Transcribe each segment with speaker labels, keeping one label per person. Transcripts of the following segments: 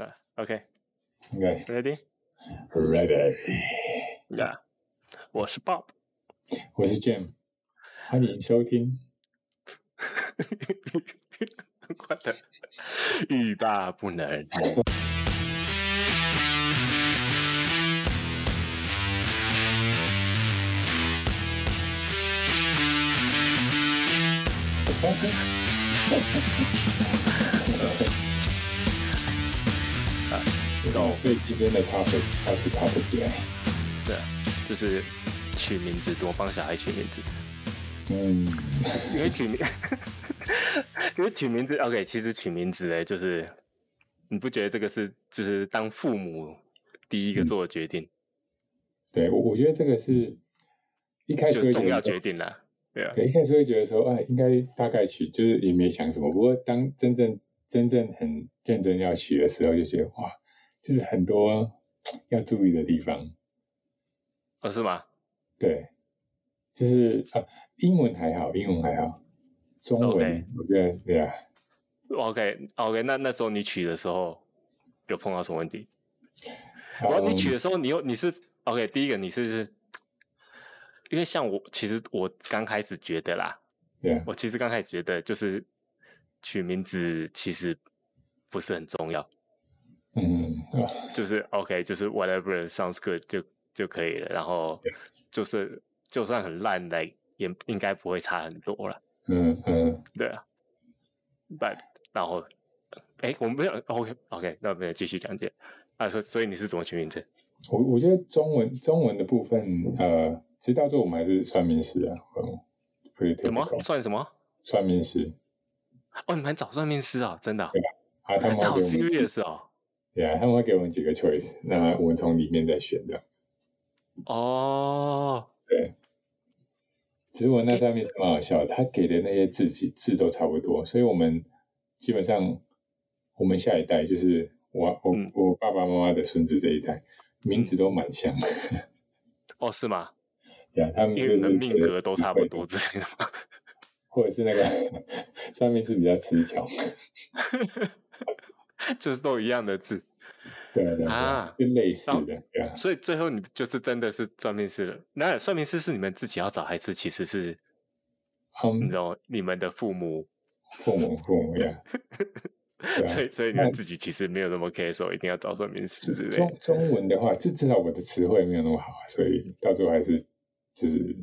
Speaker 1: 嗯 OK,
Speaker 2: Okay.
Speaker 1: ready?
Speaker 2: Ready.
Speaker 1: Yeah，我是 Bob。
Speaker 2: 我是 Jim，欢迎收听。
Speaker 1: 快点，欲罢不能。So 啊
Speaker 2: 所以今天的 topic 还是 topic 几啊？
Speaker 1: 对啊，就是取名字，怎么帮小孩取名字？
Speaker 2: 嗯，
Speaker 1: 因为取名， 因为取名字，OK，其实取名字呢，就是你不觉得这个是就是当父母第一
Speaker 2: 嗯
Speaker 1: 个做的决定，
Speaker 2: 对，我我觉得这个是一开始
Speaker 1: 就是
Speaker 2: 会觉
Speaker 1: 重要
Speaker 2: 得
Speaker 1: 决定啦。对啊，
Speaker 2: 对，一开始会觉得说，哎，应该大概取，就是也没想什么。不过当真正真正很认真要取的时候，就觉得哇，就是很多要注意的地方。
Speaker 1: 哦，是吗？
Speaker 2: 对，就是啊，英文还好，英文还好，中文
Speaker 1: OK
Speaker 2: 我觉得对啊，
Speaker 1: OK OK，那那时候你取的时候有碰到什么问题？然后
Speaker 2: 嗯
Speaker 1: 你取的时候，你又你是 OK，第一个你是，因为像我，其实我刚开始觉得啦，
Speaker 2: 对啊，
Speaker 1: 我其实刚开始觉得就是取名字其实不是很重要，
Speaker 2: 嗯啊，
Speaker 1: 就是 OK，就是 whatever sounds good 就就可以了，然后就是就算很烂的也应该不会差很多了，
Speaker 2: 嗯嗯，
Speaker 1: 对啊，but 然后。哎，我们不要 OK OK，那我们继续讲解啊。所以所以你是怎么取名字？
Speaker 2: 我我觉得中文中文的部分，呃，其实到最后我们还是算命师啊，嗯，pretty
Speaker 1: 怎么
Speaker 2: typical，
Speaker 1: 算什么？
Speaker 2: 算命师
Speaker 1: 哦，你蛮早算命师哦，真的哦、
Speaker 2: 啊，他们
Speaker 1: 那好
Speaker 2: 会给我们，
Speaker 1: serious 哦。
Speaker 2: 对啊，他们会给我们几个 choice，那我们从里面再选的。
Speaker 1: 哦，
Speaker 2: 对，其实我那上面是蛮好笑的，他给的那些字己字都差不多，所以我们基本上我们下一代就是我我、
Speaker 1: 嗯
Speaker 2: 我爸爸妈妈的孙子这一代，名字都蛮像的，
Speaker 1: 哦，是吗？
Speaker 2: 呀、他们
Speaker 1: 因
Speaker 2: 就
Speaker 1: 为你
Speaker 2: 是
Speaker 1: 们命
Speaker 2: 觉
Speaker 1: 格
Speaker 2: 得
Speaker 1: 都差不多之类的嘛。
Speaker 2: 或者是那个 上面是比较吃巧，
Speaker 1: 就是都一样的字，
Speaker 2: 对啊对
Speaker 1: 啊
Speaker 2: 啊，就类似的，对啊，
Speaker 1: 所以最后你就是真的是算命师了。那算命师是你们自己要找，还是其实是你
Speaker 2: 嗯
Speaker 1: 知，道你们的父母？
Speaker 2: 父母父母呀，对啊
Speaker 1: 所以所以你们自己其实没有那么 care，说一定要找算命师之类
Speaker 2: 中
Speaker 1: 的。
Speaker 2: 中文的话，至至少我的词汇没有那么好啊，所以到最后还是就是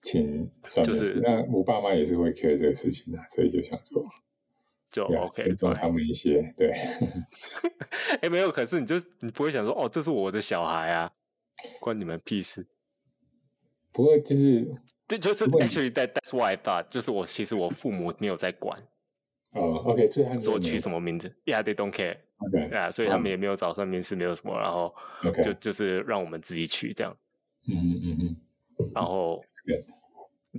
Speaker 2: 请专门
Speaker 1: 就是
Speaker 2: 师。那我爸妈也是会 care 这个事情的、啊所以就想说，
Speaker 1: 就
Speaker 2: 对啊
Speaker 1: 哦 OK，
Speaker 2: 尊重他们一些。对，
Speaker 1: 哎、没有，可是你就你不会想说哦，这是我的小孩啊，关你们屁事。
Speaker 2: 不过就是
Speaker 1: 对，就是
Speaker 2: 如果你
Speaker 1: actually that that's what I thought，就是我其实我父母没有在管，
Speaker 2: 哦，OK，最后
Speaker 1: 说我取什么名字，Yeah they don't care。
Speaker 2: OK
Speaker 1: 啊，所以他
Speaker 2: 嗯
Speaker 1: 们也没有找算面试，没有什么，然后
Speaker 2: OK，
Speaker 1: 就就是让我们自己取这样，
Speaker 2: 嗯嗯嗯 嗯，
Speaker 1: 然后
Speaker 2: That's，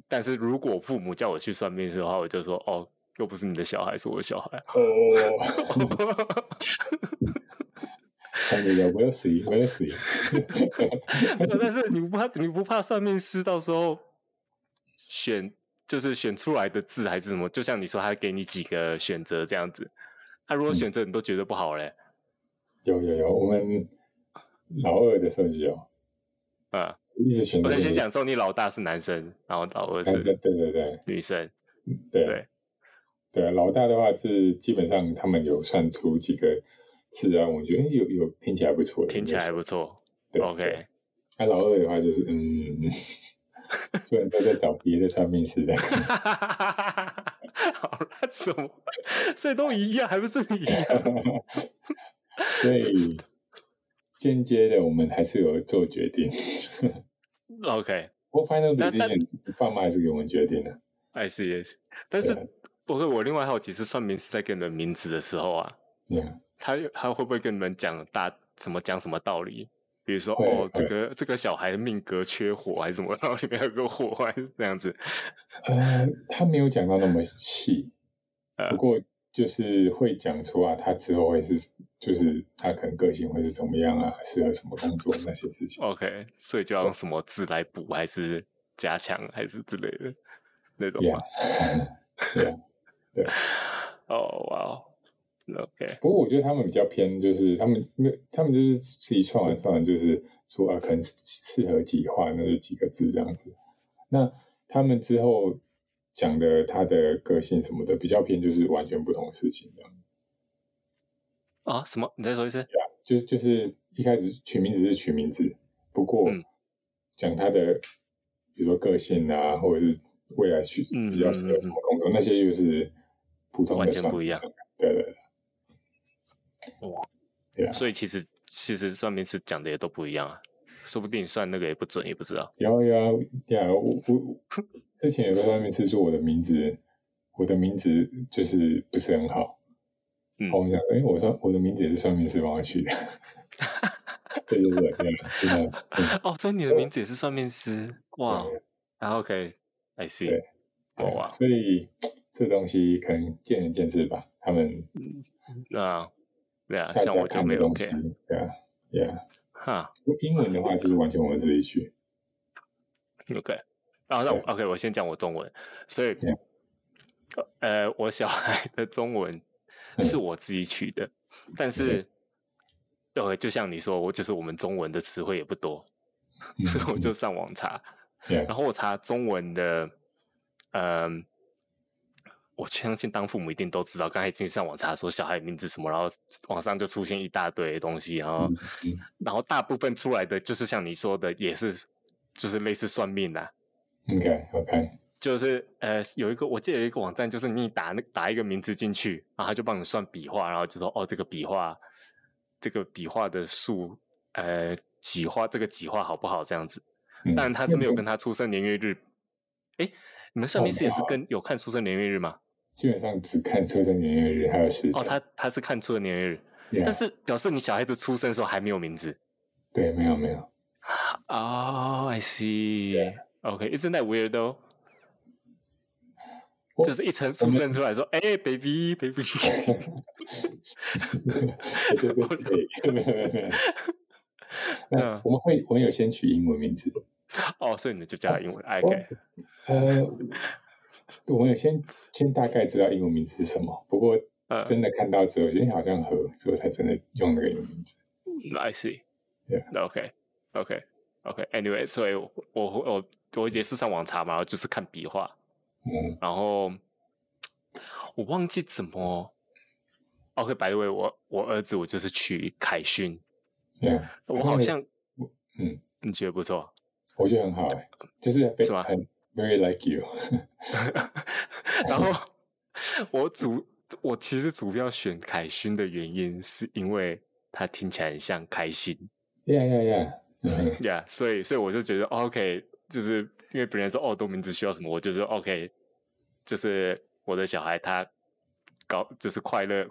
Speaker 1: 但是如果父母叫我去算面试的话，我就说哦，又不是你的小孩，是我的小孩。
Speaker 2: 哦，看这个，我要死，我要死，
Speaker 1: 没有啊但是你不怕你不怕算命师到时候选就是选出来的字还是什么？就像你说，他给你几个选择这样子，他如果选择你都觉得不好嘞，
Speaker 2: 有有有，我们老二的时候就有，
Speaker 1: 啊、
Speaker 2: 一直选
Speaker 1: 我
Speaker 2: 择。
Speaker 1: 先讲说，你老大是男生，然后老二
Speaker 2: 但
Speaker 1: 是
Speaker 2: 是，对对对，
Speaker 1: 女生，
Speaker 2: 对
Speaker 1: 对
Speaker 2: 对，老大的话是基本上他们有算出几个字啊，我觉得诶有有听起来不错的，
Speaker 1: 听起来还不错。
Speaker 2: 对。对
Speaker 1: OK，
Speaker 2: 那、老二的话就是嗯，虽然说在找别的算命师在看，
Speaker 1: 哈哈哈哈哈！好了，什么？ 所以都一样，还不是一样？
Speaker 2: 所以间接的我们还是有做决定。
Speaker 1: OK，
Speaker 2: 不过 final
Speaker 1: 那那
Speaker 2: decision 爸妈还是给我们决定了。
Speaker 1: I see, I see. 但是
Speaker 2: 对啊，
Speaker 1: 不过我另外好奇是，算命师在跟你们名字的时候啊，
Speaker 2: 对啊，
Speaker 1: 他他会不会跟你们讲大什么讲什么道理？比如说，
Speaker 2: 会
Speaker 1: 哦，这
Speaker 2: 会
Speaker 1: 个这个小孩命格缺火还是什么，然后里面有个火还是这样子。
Speaker 2: 呃，他没有讲到那么细，
Speaker 1: 呃
Speaker 2: 不过就是会讲出啊，他之后会是，就是他可能个性会是怎么样啊，适合什么工作那些事情。
Speaker 1: OK，所以就要用什么字来补，还是加强，还是之类的那种
Speaker 2: Yeah
Speaker 1: 吗？
Speaker 2: 对啊，
Speaker 1: 哦，哇哦！ OK，
Speaker 2: 不过我觉得他们比较偏，就是他们没有，他们就是自己创完创完，就是说啊，可能适合几画，那就几个字这样子。那他们之后讲的他的个性什么的，比较偏就是完全不同的事情这样。
Speaker 1: 啊，什么？你再说一次？
Speaker 2: 就是就是一开始取名字是取名字，不过
Speaker 1: 嗯
Speaker 2: 讲他的，比如说个性啊，或者是未来去
Speaker 1: 嗯
Speaker 2: 比较适合什么工作，那些又是普通的
Speaker 1: 完全
Speaker 2: 算
Speaker 1: 不一样。
Speaker 2: 对对对。
Speaker 1: 哇！
Speaker 2: 对啊，
Speaker 1: 所以其实其实算命师讲的也都不一样啊，说不定你算那个也不准，也不知道。
Speaker 2: 然后呀呀，我我之前有个外面是说我的名字，我的名字就是不是很好。
Speaker 1: 嗯
Speaker 2: 然后我想，哎、我算我的名字也是算命师帮我 取的，对对对，对啊真的是嗯
Speaker 1: 哦，所以你的名字也是算命师哇？然后 OK，I see，
Speaker 2: 对
Speaker 1: 哦
Speaker 2: 对
Speaker 1: 哇，
Speaker 2: 所以这东西可能见仁见智吧。他们
Speaker 1: 那对啊，
Speaker 2: 大
Speaker 1: 像
Speaker 2: 家
Speaker 1: 我就
Speaker 2: 看
Speaker 1: 没
Speaker 2: 的
Speaker 1: 有
Speaker 2: 东西
Speaker 1: OK，，
Speaker 2: 对啊，对啊。
Speaker 1: 哈
Speaker 2: 英文的话就是完全我们自己取，
Speaker 1: ，OK。啊，那我
Speaker 2: 对
Speaker 1: OK，我先讲我中文。所以
Speaker 2: 对，
Speaker 1: 呃，我小孩的中文是我自己取的，但是，呃，就像你说，我就是我们中文的词汇也不多，
Speaker 2: 嗯
Speaker 1: 所以我就上网查，
Speaker 2: 对啊
Speaker 1: 然后我查中文的，嗯、我相信当父母一定都知道，刚才进去上网查说小孩名字什么，然后网上就出现一大堆东西，然后，
Speaker 2: 嗯嗯
Speaker 1: 然后大部分出来的就是像你说的，也是就是类似算命啦、哦
Speaker 2: ，OK OK，
Speaker 1: 就是呃，有一个我记得有一个网站，就是你打那打一个名字进去，然后他就帮你算笔画，然后就说哦，这个笔画，这个笔画的数，呃，几画，这个几画好不好这样子。
Speaker 2: 嗯哦
Speaker 1: 当然他是没有跟他出生年月日。哎，你们算命师也是跟有看出生年月日吗？
Speaker 2: 基本上只看车身年月日还有时辰
Speaker 1: 哦，，他他是看出生年月日，
Speaker 2: Yeah，
Speaker 1: 但是表示你小孩子出生的时候还没有名字。
Speaker 2: 对，没有没有，
Speaker 1: 哦、i
Speaker 2: 啊
Speaker 1: see. OK, isn't that weird though?
Speaker 2: 我哦
Speaker 1: 就是一层书生出来说：“哎、b a b y baby。
Speaker 2: 这个对，没有没有没有。
Speaker 1: 嗯
Speaker 2: 那我们会，我们有先取英文名字，”
Speaker 1: 哦，所以你就叫他英文
Speaker 2: 哦
Speaker 1: OK
Speaker 2: 呃，我们有先先大概知道英文名字是什么，不过
Speaker 1: 嗯
Speaker 2: 真的看到之后，觉得好像合，之后才真的用那个英文名字。
Speaker 1: I see.
Speaker 2: Yeah.
Speaker 1: OK, OK, OK. Anyway，所以我我我我也是上网查嘛，然后就是看笔画，
Speaker 2: 嗯
Speaker 1: 然后我忘记怎么。OK，白哦位，我我儿子我就是取凯勋，
Speaker 2: ，Yeah，
Speaker 1: 我
Speaker 2: 啊
Speaker 1: 好
Speaker 2: 那个
Speaker 1: 像
Speaker 2: 嗯，
Speaker 1: 你觉得不错，
Speaker 2: 我觉得很好哎、就是非
Speaker 1: 是吗
Speaker 2: 很 very like you，
Speaker 1: 然后我主我其实主要选凯勋的原因是因为他听起来很像开心
Speaker 2: yeah yeah yeah，
Speaker 1: 呀所以所以我就觉得哦 OK，就是因为别人说哦，多名字需要什么，我就说 OK，就是我的小孩他高就是快乐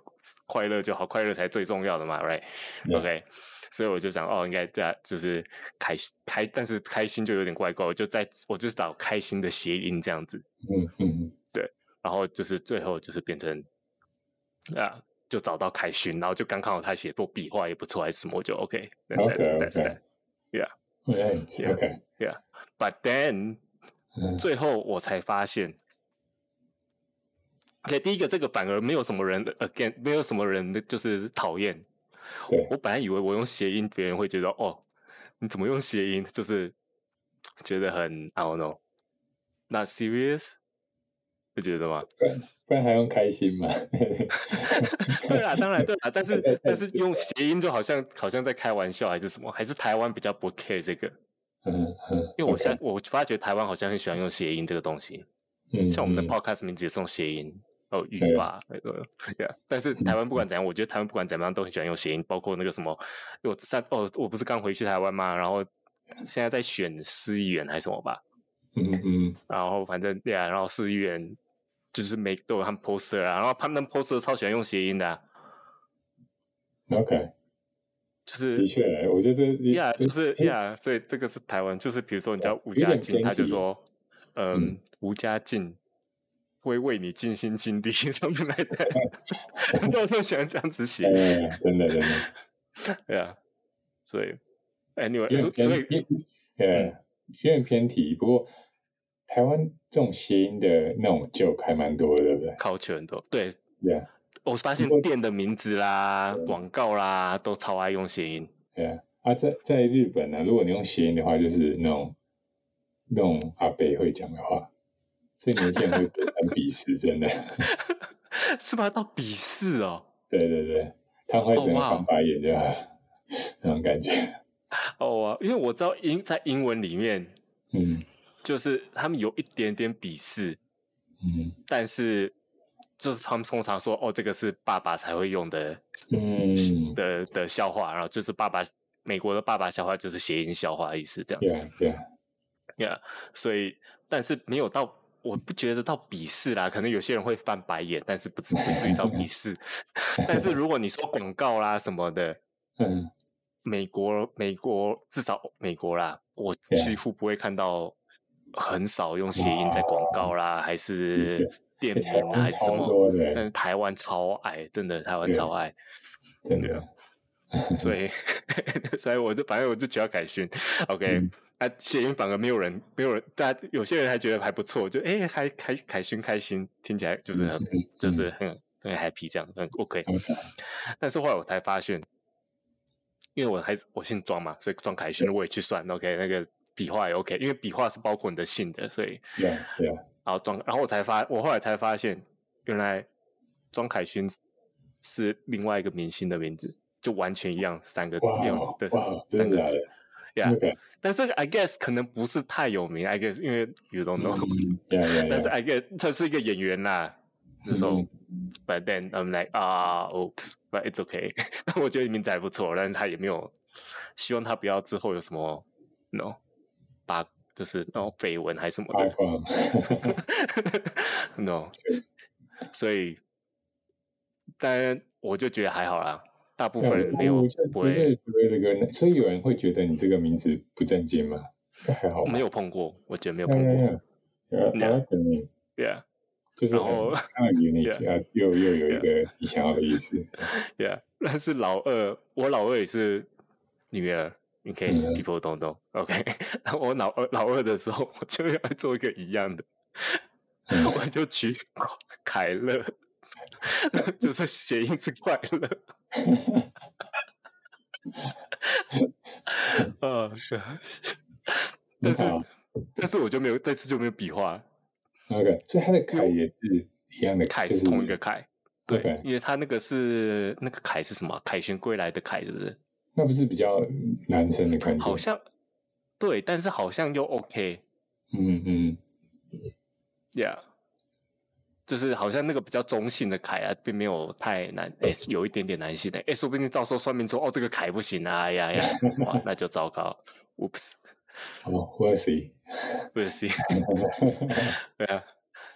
Speaker 1: 快乐就好，快乐才最重要的嘛，right？
Speaker 2: Yeah.
Speaker 1: OK，所以我就想，哦，应该这样，就是开开，但是开心就有点怪怪，我就在我就找开心的谐音这样子，
Speaker 2: 嗯嗯
Speaker 1: 然后就是最后就是变成啊，就找到凯勋，然后就刚看好他写作笔画也不错还是什么，我就 OK，那
Speaker 2: OK，OK
Speaker 1: that's that's that。
Speaker 2: 嗯，right OK，
Speaker 1: But then
Speaker 2: 嗯
Speaker 1: 最后我才发现，OK，第一个这个反而没有什么人 again，没有什么人的就是讨厌。
Speaker 2: 对
Speaker 1: 我本来以为我用谐音，别人会觉得哦，你怎么用谐音？就是觉得很 I don't know，not serious，不觉得吗？
Speaker 2: 不然还用开心嘛？
Speaker 1: 对啊，当然对啊，但是
Speaker 2: 对对
Speaker 1: 但是
Speaker 2: 是
Speaker 1: 用谐音就好像好像在开玩笑还是什么，还是台湾比较不 care 这个，
Speaker 2: 嗯嗯，
Speaker 1: 因为我
Speaker 2: OK
Speaker 1: 现在我发觉台湾好像很喜欢用谐音这个东西，
Speaker 2: 嗯
Speaker 1: 像我们的
Speaker 2: 嗯
Speaker 1: podcast 名字也是用谐音。哦，语
Speaker 2: 对
Speaker 1: 吧，那个，对啊。但是台湾不管怎样，我觉得台湾不管怎么样都很喜欢用谐音，包括那个什么，我上哦，我不是刚回去台湾吗？然后现在在选市议员还是什么吧，
Speaker 2: 嗯嗯
Speaker 1: 然后反正对啊，然后市议员就是每都有他们 poster 啊，然后他们 poster 超喜欢用谐音的啊、
Speaker 2: ，OK，
Speaker 1: 就是
Speaker 2: 的确，我觉得这
Speaker 1: 呀，
Speaker 2: 这
Speaker 1: 就是
Speaker 2: 这
Speaker 1: 呀，所以这个是台湾，就是比如说你叫吴
Speaker 2: 有
Speaker 1: 家
Speaker 2: 点
Speaker 1: 靖，他
Speaker 2: 偏
Speaker 1: 就
Speaker 2: 题
Speaker 1: 说，嗯
Speaker 2: 嗯，
Speaker 1: 吴家靖会为你尽心尽力 上面来的， 很多人都喜欢这样子写，
Speaker 2: 哎，真的真的，
Speaker 1: 对啊，所以
Speaker 2: 有点
Speaker 1: anyway，所
Speaker 2: 偏
Speaker 1: 以，
Speaker 2: 有呃，有点偏题。不过台湾这种谐音的那种 joke 还蛮多的，对不对
Speaker 1: 考取很多，对
Speaker 2: ？Yeah，
Speaker 1: 我发现店的名字啦、广告啦，都超爱用谐音。
Speaker 2: 对啊，啊，在在日本呢、啊，如果你用谐音的话，就是那种那种阿北会讲的话，这年轻人会很鄙视，真的。
Speaker 1: 是吧？到鄙视哦，
Speaker 2: 对对对，他会整个翻白眼就、那种感觉。
Speaker 1: 哦啊，因为我知道英在英文里面，
Speaker 2: 嗯
Speaker 1: 就是他们有一点点鄙视，
Speaker 2: 嗯
Speaker 1: 但是就是他们通常说哦，这个是爸爸才会用的
Speaker 2: 嗯，
Speaker 1: 的的笑话，然后就是爸爸美国的爸爸笑话就是谐音笑话的意思这样。
Speaker 2: 对啊对啊，
Speaker 1: Yeah，所以但是没有到，我不觉得到鄙视啦，可能有些人会翻白眼，但是不至不至于到鄙视。但是如果你说广告啦什么的，
Speaker 2: 嗯
Speaker 1: 美国美国至少美国啦，我
Speaker 2: Yeah
Speaker 1: 几乎不会看到很少用谐音在广
Speaker 2: 哦
Speaker 1: 告啦，还
Speaker 2: 理解
Speaker 1: 是店
Speaker 2: 欸台
Speaker 1: 名啊
Speaker 2: 湾
Speaker 1: 还是什
Speaker 2: 超
Speaker 1: 么。
Speaker 2: 多的
Speaker 1: 但
Speaker 2: 欸，
Speaker 1: 是台湾超爱，真的台湾
Speaker 2: Yeah
Speaker 1: 超爱，
Speaker 2: 真
Speaker 1: 对
Speaker 2: 的
Speaker 1: 啊。所以 所以我就反正我就只要改训，OK，
Speaker 2: 嗯
Speaker 1: 那谐音反而没有人没有人，大家有些人还觉得还不错，就哎、还还凯勋开心，听起来就是很、就是很很 happy 这样，很 OK。
Speaker 2: OK
Speaker 1: 但是后来我才发现，因为我还是我姓庄嘛，所以庄凯勋我也去算 OK，那个笔画也 OK，因为笔画是包括你的姓的，所以
Speaker 2: 对啊对啊，
Speaker 1: 然后庄，然后我才发，我后来才发现，原来庄凯勋是另外一个明星的名字，就完全一样，三个
Speaker 2: 哇
Speaker 1: 一样
Speaker 2: 哦
Speaker 1: 的
Speaker 2: 哇哦，
Speaker 1: 三
Speaker 2: 真的
Speaker 1: 个
Speaker 2: 假
Speaker 1: 字
Speaker 2: 的
Speaker 1: 呀。Yeah，
Speaker 2: ？OK，
Speaker 1: 但是 I guess 可能不是太有名，I guess 因为 you don't know，、
Speaker 2: 嗯，对啊对啊
Speaker 1: 但是
Speaker 2: 对啊
Speaker 1: I guess 他是一个演员啦。那时候，But
Speaker 2: 嗯
Speaker 1: then I'm like 啊、o o p s b u t it's okay 。 但我觉得名字还不错，但是他也没有，希望他不要之后有什么 no 把就是那种绯闻还是什么的
Speaker 2: 八。卦嘛，
Speaker 1: no，所以，当然我就觉得还好啦，大部分人没有
Speaker 2: 嗯我觉得
Speaker 1: 不
Speaker 2: 我觉得
Speaker 1: 会
Speaker 2: 所谓这个，所以有人会觉得你这个名字不正经吗？还好吧，
Speaker 1: 没有碰过，我觉得没有
Speaker 2: 没
Speaker 1: 碰
Speaker 2: 有没
Speaker 1: 过
Speaker 2: 有，呃，
Speaker 1: Yeah
Speaker 2: 台湾可能
Speaker 1: ，yeah
Speaker 2: 就是
Speaker 1: 然
Speaker 2: 很
Speaker 1: 后
Speaker 2: 很 unique 啊，又又有一个你想要的意思，
Speaker 1: yeah，但 是老二，我老二也是女儿。In case
Speaker 2: 嗯
Speaker 1: people don't know, OK 。然后我老二老二的时候，我就要做一个一样的，
Speaker 2: 嗯
Speaker 1: 我就取凯乐，就是谐音是快 乐。啊， 是但是
Speaker 2: 好
Speaker 1: 但是我就没有这次就没有笔画，
Speaker 2: OK，所以他的凯也是一样的，
Speaker 1: 凯
Speaker 2: 就是是
Speaker 1: 同一个凯，对
Speaker 2: OK
Speaker 1: 因为他那个是那个凯是什么啊？凯旋归来的凯是不是？
Speaker 2: 那不是比较男生的感觉？
Speaker 1: 好像对，但是好像又 OK，
Speaker 2: 嗯嗯，
Speaker 1: Yeah，就是好像那个比较中性的凯啊，并没有太难，
Speaker 2: 嗯
Speaker 1: 哎、有一点点男性的、哎、说不定到时候算命说哦，这个凯不行啊，哎 呀呀，哇，那就糟糕，Oops，
Speaker 2: 哦，我 see，
Speaker 1: 不行，对啊，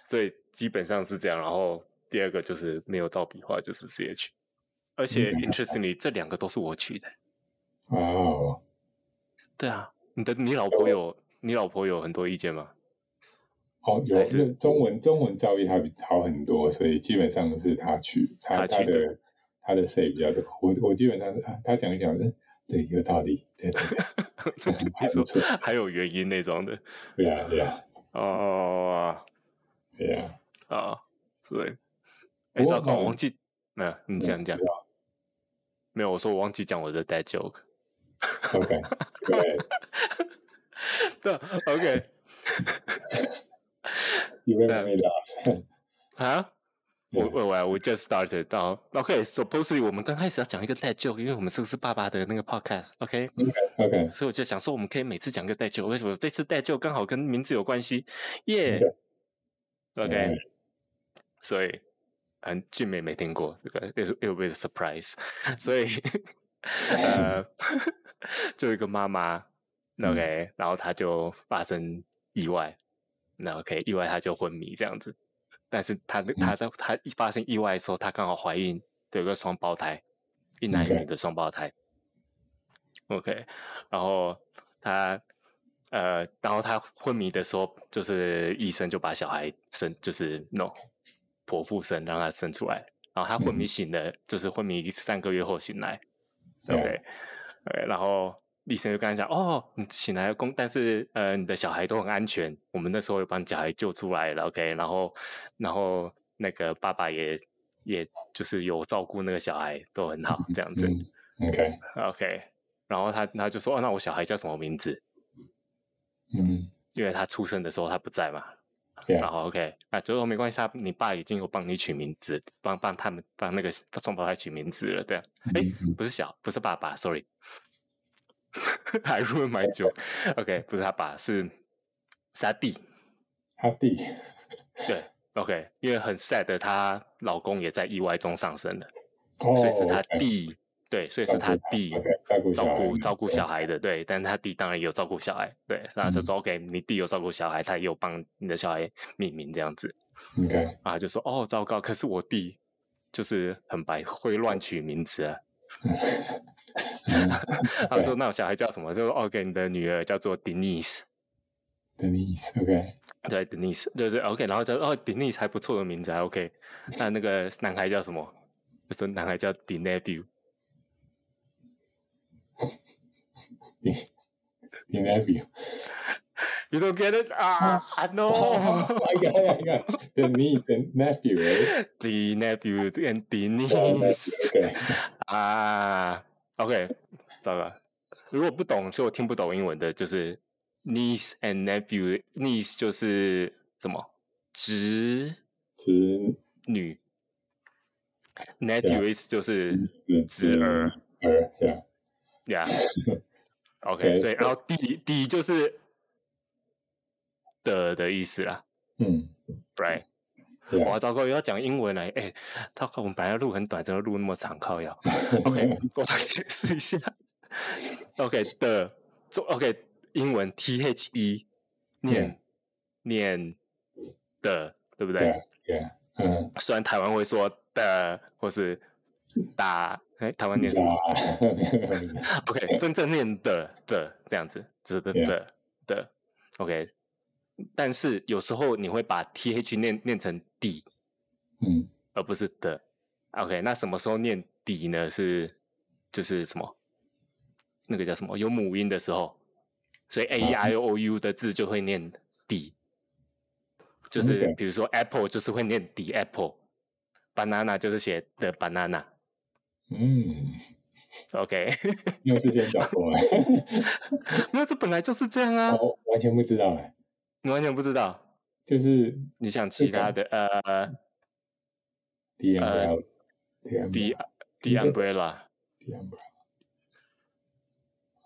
Speaker 1: 所以基本上是这样。然后第二个就是没有照笔画，就是 CH，而且
Speaker 2: 嗯
Speaker 1: interestingly 这两个都是我取的，
Speaker 2: 哇哦，
Speaker 1: 对啊，你的你老婆有你老婆有很多意见吗？
Speaker 2: 哦，有
Speaker 1: 还是
Speaker 2: 那中文中文造诣他比好很多，所以基本上是他去他
Speaker 1: 他去的
Speaker 2: 的他的 say 比较多。我我基本上啊他讲一讲，嗯，对，有道理，对对 对，
Speaker 1: 你
Speaker 2: 还不
Speaker 1: 说
Speaker 2: 错，
Speaker 1: 还有原因那种的
Speaker 2: 对啊对啊
Speaker 1: 哦。
Speaker 2: 对啊。
Speaker 1: 啊，对。哎，
Speaker 2: 不
Speaker 1: 糟
Speaker 2: 过
Speaker 1: 糕，
Speaker 2: 好
Speaker 1: 我嗯忘记没有，你讲讲
Speaker 2: 对。
Speaker 1: 没有，我说我忘记讲我的 dad joke。
Speaker 2: OK，对，
Speaker 1: 对，OK
Speaker 2: 你会容易的，
Speaker 1: 啊，我
Speaker 2: Yeah.
Speaker 1: 我我 we just started 到 OK，supposedly、我们刚开始要讲一个 dad joke，因为我们这个是爸爸的那个 podcast，OK，、
Speaker 2: OK，
Speaker 1: 所以我就想说我们可以每次讲个 dad joke，为什么这次 dad joke 刚好跟名字有关系？耶、OK，、
Speaker 2: 嗯
Speaker 1: 所以嗯，俊美没听过这个，it it will be a surprise。所 以呃， 就有一个妈妈那
Speaker 2: 嗯
Speaker 1: ，OK，、然后她就发生意外，那 OK，意外她就昏迷这样子。但是她
Speaker 2: 嗯
Speaker 1: 那她在她一发生意外的时候，她刚好怀孕，有个双胞胎，一男一
Speaker 2: OK
Speaker 1: 女的双胞胎。OK，然后她呃，然后她昏迷的时候，就是医生就把小孩生，就是 no 剖腹生，让她生出来。然后她
Speaker 2: 嗯
Speaker 1: 昏迷醒了，就是昏迷三个月后醒来。
Speaker 2: 对
Speaker 1: OK，,
Speaker 2: 啊
Speaker 1: o k 然后医生就跟他讲，哦，你醒来公，但是呃，你的小孩都很安全，我们那时候有把你小孩救出来了，OK，然后然后那个爸爸也也就是有照顾那个小孩，都很好这样子。
Speaker 2: 嗯，OK，
Speaker 1: OK，然后他他就说、哦，那我小孩叫什么名字？
Speaker 2: 嗯
Speaker 1: 因为他出生的时候他不在嘛。
Speaker 2: ，Yeah，
Speaker 1: 然后 OK，啊，就说没关系，他你爸已经有帮你取名字，帮帮他们帮那个双胞胎取名字了，对、啊。哎、
Speaker 2: 嗯嗯
Speaker 1: 不是小，不是爸爸，sorry。还入买酒，OK，不 是他爸，是是他弟，
Speaker 2: 他弟，
Speaker 1: 对，OK，因为很 sad 的，她老公也在意外中丧生了，
Speaker 2: 哦，
Speaker 1: 所以是他
Speaker 2: OK，
Speaker 1: 弟，对，所以
Speaker 2: 照
Speaker 1: 是
Speaker 2: 顾
Speaker 1: 他弟
Speaker 2: OK，照顾
Speaker 1: 照
Speaker 2: 小孩
Speaker 1: 顾照顾小孩的，对，但他弟当然也有照顾小孩，对，那
Speaker 2: 嗯
Speaker 1: 就说 OK，你弟有照顾小孩，他也有帮你的小孩命名这样子，
Speaker 2: ，OK，
Speaker 1: 啊，就说哦，糟糕，可是我弟就是很白，会乱取名字啊。
Speaker 2: 嗯
Speaker 1: 他说那我小孩叫什么？就说哦，给你的女儿叫做 Denise，
Speaker 2: ，Denise，OK，
Speaker 1: 对，Denise，就是 OK，然后就哦，Denise 还不错的名字，还 OK。那那个男孩叫什么？就说男孩叫 d e n e b u
Speaker 2: i n e v i e
Speaker 1: You don't get it 啊
Speaker 2: 哦
Speaker 1: ？No，
Speaker 2: ，I got it，I got it，Denise and nephew，OK，
Speaker 1: d e n e b u and Denise 啊，OK，糟糕。如果不懂，所以我听不懂英文的，就是 niece and nephew，niece 就是什么侄
Speaker 2: 侄
Speaker 1: 女，nephew is 就是
Speaker 2: 子
Speaker 1: 侄儿。
Speaker 2: 儿，Yeah，
Speaker 1: Yeah. OK，
Speaker 2: Okay,
Speaker 1: 所以
Speaker 2: so-
Speaker 1: 然后底底就是的的意思啦
Speaker 2: 嗯
Speaker 1: ，right？
Speaker 2: ，Yeah，
Speaker 1: 哇，糟糕，又要讲英文了，哎、他我们本来要录很短，怎么录那么长？靠呀 ，OK，我来解释一下。OK 的，中 OK 英文 T H E 念念的，对不对？
Speaker 2: 对，Yeah，嗯，
Speaker 1: 虽然台湾会说的或是打，哎、台湾念什么？
Speaker 2: 啊，
Speaker 1: OK，真正念的的这样子，的的
Speaker 2: Yeah.
Speaker 1: 的的，OK。但是有时候你会把 th 念念成底，
Speaker 2: 嗯
Speaker 1: 而不是的。OK，那什么时候念底呢？是就是什么？那个叫什么？有母音的时候，所以 a e i o u 的字就会念底，就是
Speaker 2: Okay.
Speaker 1: 比如说 apple 就是会念底 apple，banana 就是写的 banana。
Speaker 2: 嗯，
Speaker 1: OK，
Speaker 2: 又是先找过来，
Speaker 1: 没有，这本来就是这样啊，
Speaker 2: 我完全不知道哎。
Speaker 1: 你完全不知道。
Speaker 2: 就是
Speaker 1: 你想其他的呃
Speaker 2: D
Speaker 1: 呃
Speaker 2: M D M
Speaker 1: ，the the
Speaker 2: 你这
Speaker 1: umbrella。
Speaker 2: D M，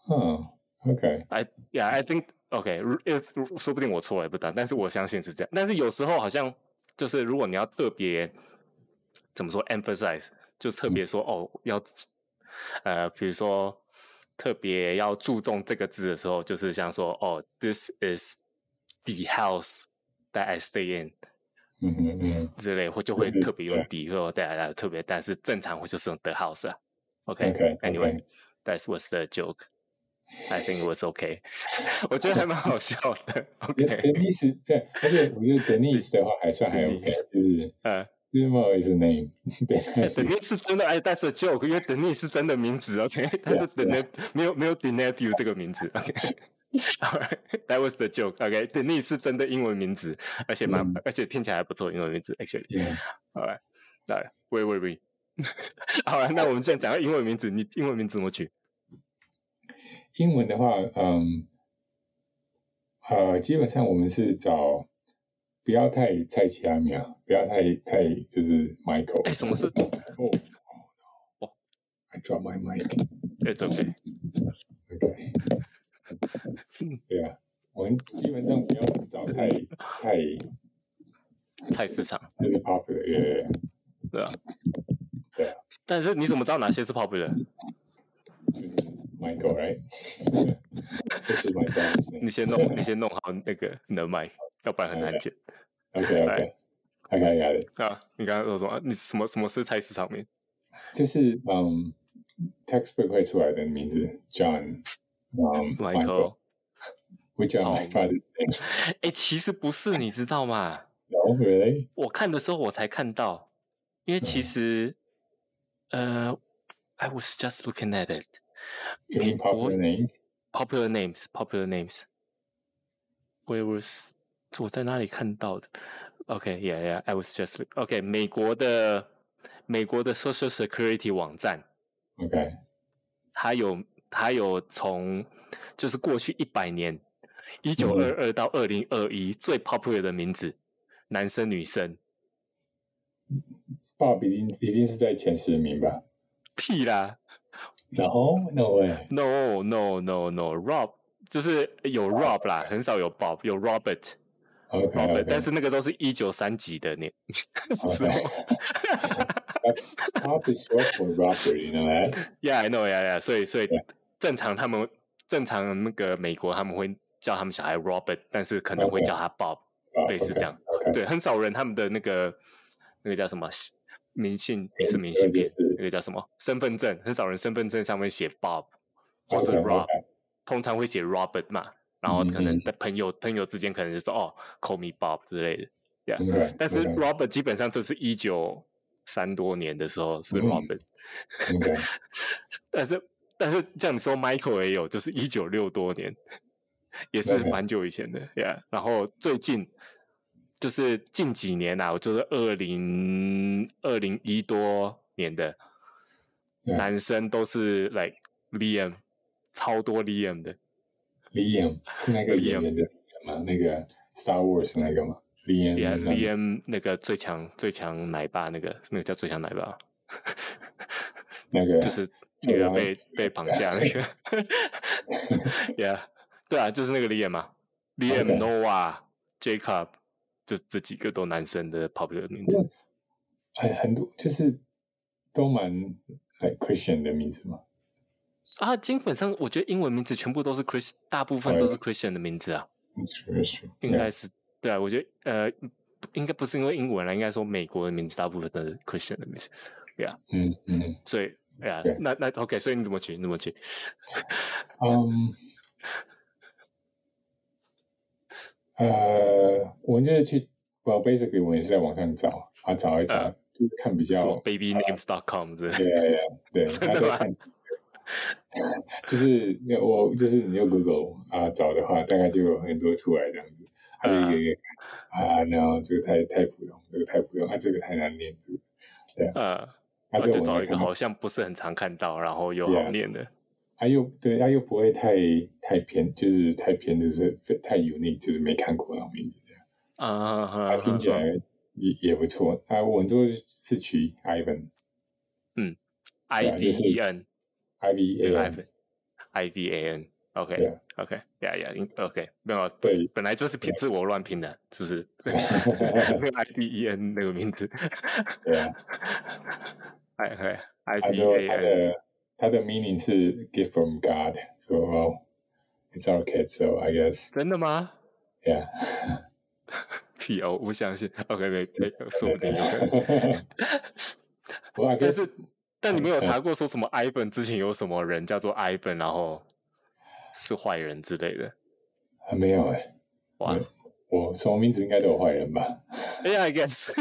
Speaker 2: 嗯，OK，
Speaker 1: I yeah I think OK if 说不定我错了也不当，但是我相信是这样。但是有时候好像就是如果你要特别怎么说 emphasize，就是特别说、哦要呃比如说特别要注重这个字的时候，就是像说哦 this is the house that I stay in
Speaker 2: 嗯嗯嗯
Speaker 1: 之类，或就会
Speaker 2: 就是
Speaker 1: 特别用 the 或带来特别，但是正常我就是用 the house 啊。OK
Speaker 2: ，OK，
Speaker 1: Anyway, that was the joke. I think it was okay. 我觉得还蛮好笑的。OK，
Speaker 2: ，Denise 对，而且我觉得 Denise 的话还算还 OK，
Speaker 1: Denise
Speaker 2: 就是
Speaker 1: 呃，
Speaker 2: 就是 more is a name，对， 但是
Speaker 1: 等于是真的，哎，that's a joke，因为等你是真的名字，OK，但是 等的没有没有 d e n a you 这个名字，OK。Alright, that was the joke. OK, Denise 是真的英文名字，而且蛮、
Speaker 2: 嗯
Speaker 1: 而且听起来还不错，英文名字 actually.
Speaker 2: yeah，
Speaker 1: Alright, alright, wait, wait, wait. 好了，那我们现在讲到英文名字，你英文名字怎么取？
Speaker 2: 英文的话，嗯，呃，基本上我们是找不要太蔡奇阿米啊，不要太太就是 Michael，
Speaker 1: 哎，什么是？
Speaker 2: 哦
Speaker 1: 哦
Speaker 2: ，I drop my mic。
Speaker 1: 哎，对不对？
Speaker 2: OK，对啊，我们基本上不要找太太就
Speaker 1: 菜市场，
Speaker 2: 是 popular，耶、
Speaker 1: 对吧、
Speaker 2: 对啊
Speaker 1: 但是你怎么知道哪些是 popular？
Speaker 2: 就是 Michael，right？这是 my dad's
Speaker 1: 你
Speaker 2: name。
Speaker 1: 先弄，你先弄好那个你的麦，要不然很难剪
Speaker 2: OK，OK，I、got it, got it。
Speaker 1: 啊！你刚刚说什么？你什么什么是菜市场名？
Speaker 2: 就是嗯、t e x t b o o k 会出来的名字 John，嗯、
Speaker 1: m i c h a
Speaker 2: Michael，
Speaker 1: e
Speaker 2: which are my
Speaker 1: Tom
Speaker 2: father's
Speaker 1: 哎、其实不是，你知道吗？
Speaker 2: name？No，really？
Speaker 1: 我看的时候我才看到，因为其实，呃，I was just looking at it。
Speaker 2: Any
Speaker 1: 美国
Speaker 2: popular names？
Speaker 1: popular names, popular names. Where was 我在哪里看到的？OK, yeah, yeah, I was just OK. 美国的美国的 Social Security 网站，
Speaker 2: OK，
Speaker 1: 它有它有从就是过去一百年，一九
Speaker 2: 嗯
Speaker 1: 二二到二零二一最 popular 的名字，男生女生，
Speaker 2: Bob 一定一定是在前十名吧
Speaker 1: 屁啦
Speaker 2: ？No no way，
Speaker 1: ，No No No No，Rob 就是有 Rob 啦，很少有 Bob，有 Robert。
Speaker 2: OK
Speaker 1: 哦，对，但
Speaker 2: OK，
Speaker 1: 是那个都是一九三几的年 时
Speaker 2: OK
Speaker 1: 候。
Speaker 2: Bob is short for Robert，you know that？
Speaker 1: Yeah, I know, yeah, yeah. 所以，所以
Speaker 2: 对
Speaker 1: 正常他们正常那个美国他们会叫他们小孩 Robert，但是可能会
Speaker 2: OK
Speaker 1: 叫他 Bob，
Speaker 2: 啊
Speaker 1: 类似这样。
Speaker 2: OK，
Speaker 1: 对，很少人他们的那个那个叫什么明信，也是明信片
Speaker 2: 就，是
Speaker 1: 那个叫什么身份证，很少人身份证上面写 Bob 或是
Speaker 2: OK，OK
Speaker 1: Rob，通常会写 Robert 嘛。然后可能
Speaker 2: 嗯嗯
Speaker 1: 的朋友朋友之间可能就说哦，call me Bob 之类的。Yeah，
Speaker 2: OK，
Speaker 1: 但是
Speaker 2: OK，
Speaker 1: Robert 基本上就是一九三多年的时候是
Speaker 2: 嗯
Speaker 1: Robert，、
Speaker 2: OK，
Speaker 1: 但是但是这样说 Michael 也有，就是一九六多年，也是
Speaker 2: OK
Speaker 1: 蛮久以前的，Yeah。然后最近就是近几年啊，我就是二零二零一多年的
Speaker 2: Yeah
Speaker 1: 男生都是 like Liam，超多 Liam 的，
Speaker 2: Liam 是那个演员的 Liam 吗？那个 Star Wars 那个吗？Liam
Speaker 1: l i a
Speaker 2: 那
Speaker 1: Liam 那个最强最强奶爸那个那个叫最强奶爸，
Speaker 2: 那个
Speaker 1: 就是那个
Speaker 2: 哇
Speaker 1: 被被绑架那个 ，Yeah，对啊，就是那个 Liam 嘛，Liam、
Speaker 2: OK
Speaker 1: Noah、Jacob，就这几个都男生的 popular 名字。
Speaker 2: 很很多就是都蛮 like Christian 的名字嘛。嗯
Speaker 1: 啊，基本上我觉得英文名字全部都是 Chris，大部分
Speaker 2: 嗯
Speaker 1: 都是 Christian 的名字啊，
Speaker 2: 是是，
Speaker 1: 应该是对啊，我觉得呃，应该不是因为英文啦，应该说美国的名字大部分都是 Christian 的名字，
Speaker 2: 嗯嗯
Speaker 1: 所以。哎呀
Speaker 2: 对，
Speaker 1: 那那 OK，所以你怎么取？你怎么取？
Speaker 2: 嗯， 呃，我就是去，我 basically 我也是在网上找啊，找一找，
Speaker 1: 嗯
Speaker 2: 就是看比
Speaker 1: 什
Speaker 2: 较
Speaker 1: 么 babynames.com 之类的
Speaker 2: 对对对，
Speaker 1: 真
Speaker 2: 然后
Speaker 1: 的
Speaker 2: 再
Speaker 1: 吗
Speaker 2: 看，就是那我就是你用 Google 啊找的话，大概就有很多出来这样子，他就
Speaker 1: 嗯
Speaker 2: 一个一个看啊，然后这个太太普通，这个太普通，啊，这个太难念，这个，
Speaker 1: 呃，
Speaker 2: 啊，
Speaker 1: 然
Speaker 2: 这
Speaker 1: 后
Speaker 2: 个
Speaker 1: 就
Speaker 2: 我
Speaker 1: 找
Speaker 2: 再
Speaker 1: 一个
Speaker 2: 看看，
Speaker 1: 好像不是很常看到，然后又好
Speaker 2: Yeah
Speaker 1: 念的。
Speaker 2: 啊又对，啊又不会太太偏，就是太偏，就是太 unique，就是没看过那种名字，
Speaker 1: 啊啊啊
Speaker 2: 啊，听起来也也不错，啊，我就是取 Ivan。
Speaker 1: I
Speaker 2: 对啊
Speaker 1: V
Speaker 2: 就是
Speaker 1: E N
Speaker 2: I V A，
Speaker 1: I
Speaker 2: N
Speaker 1: V I V A N OK
Speaker 2: 对啊
Speaker 1: OK 啊呀呀 OK 没有，
Speaker 2: 对啊
Speaker 1: 是本来就是拼是我乱拼的，就是 那个 I V E N 那个名字，
Speaker 2: 对啊，
Speaker 1: 哎哎 I
Speaker 2: 他
Speaker 1: V
Speaker 2: 说
Speaker 1: A
Speaker 2: 他
Speaker 1: N
Speaker 2: 的他的 meaning 是 gift from God，so well, it's our kid, so I guess
Speaker 1: 真的吗？
Speaker 2: yeah，
Speaker 1: 屁哦，我不相信。OK 没没，说不定有可能。
Speaker 2: 我 I
Speaker 1: 但
Speaker 2: guess
Speaker 1: 是但你没
Speaker 2: 嗯
Speaker 1: 有查过说什么 Ivan 之前有什么人叫做 Ivan，然后是坏人之类的？
Speaker 2: 啊没有哎、
Speaker 1: 哇
Speaker 2: 嗯我什么名字应该都有坏人吧？
Speaker 1: 哎呀，I guess。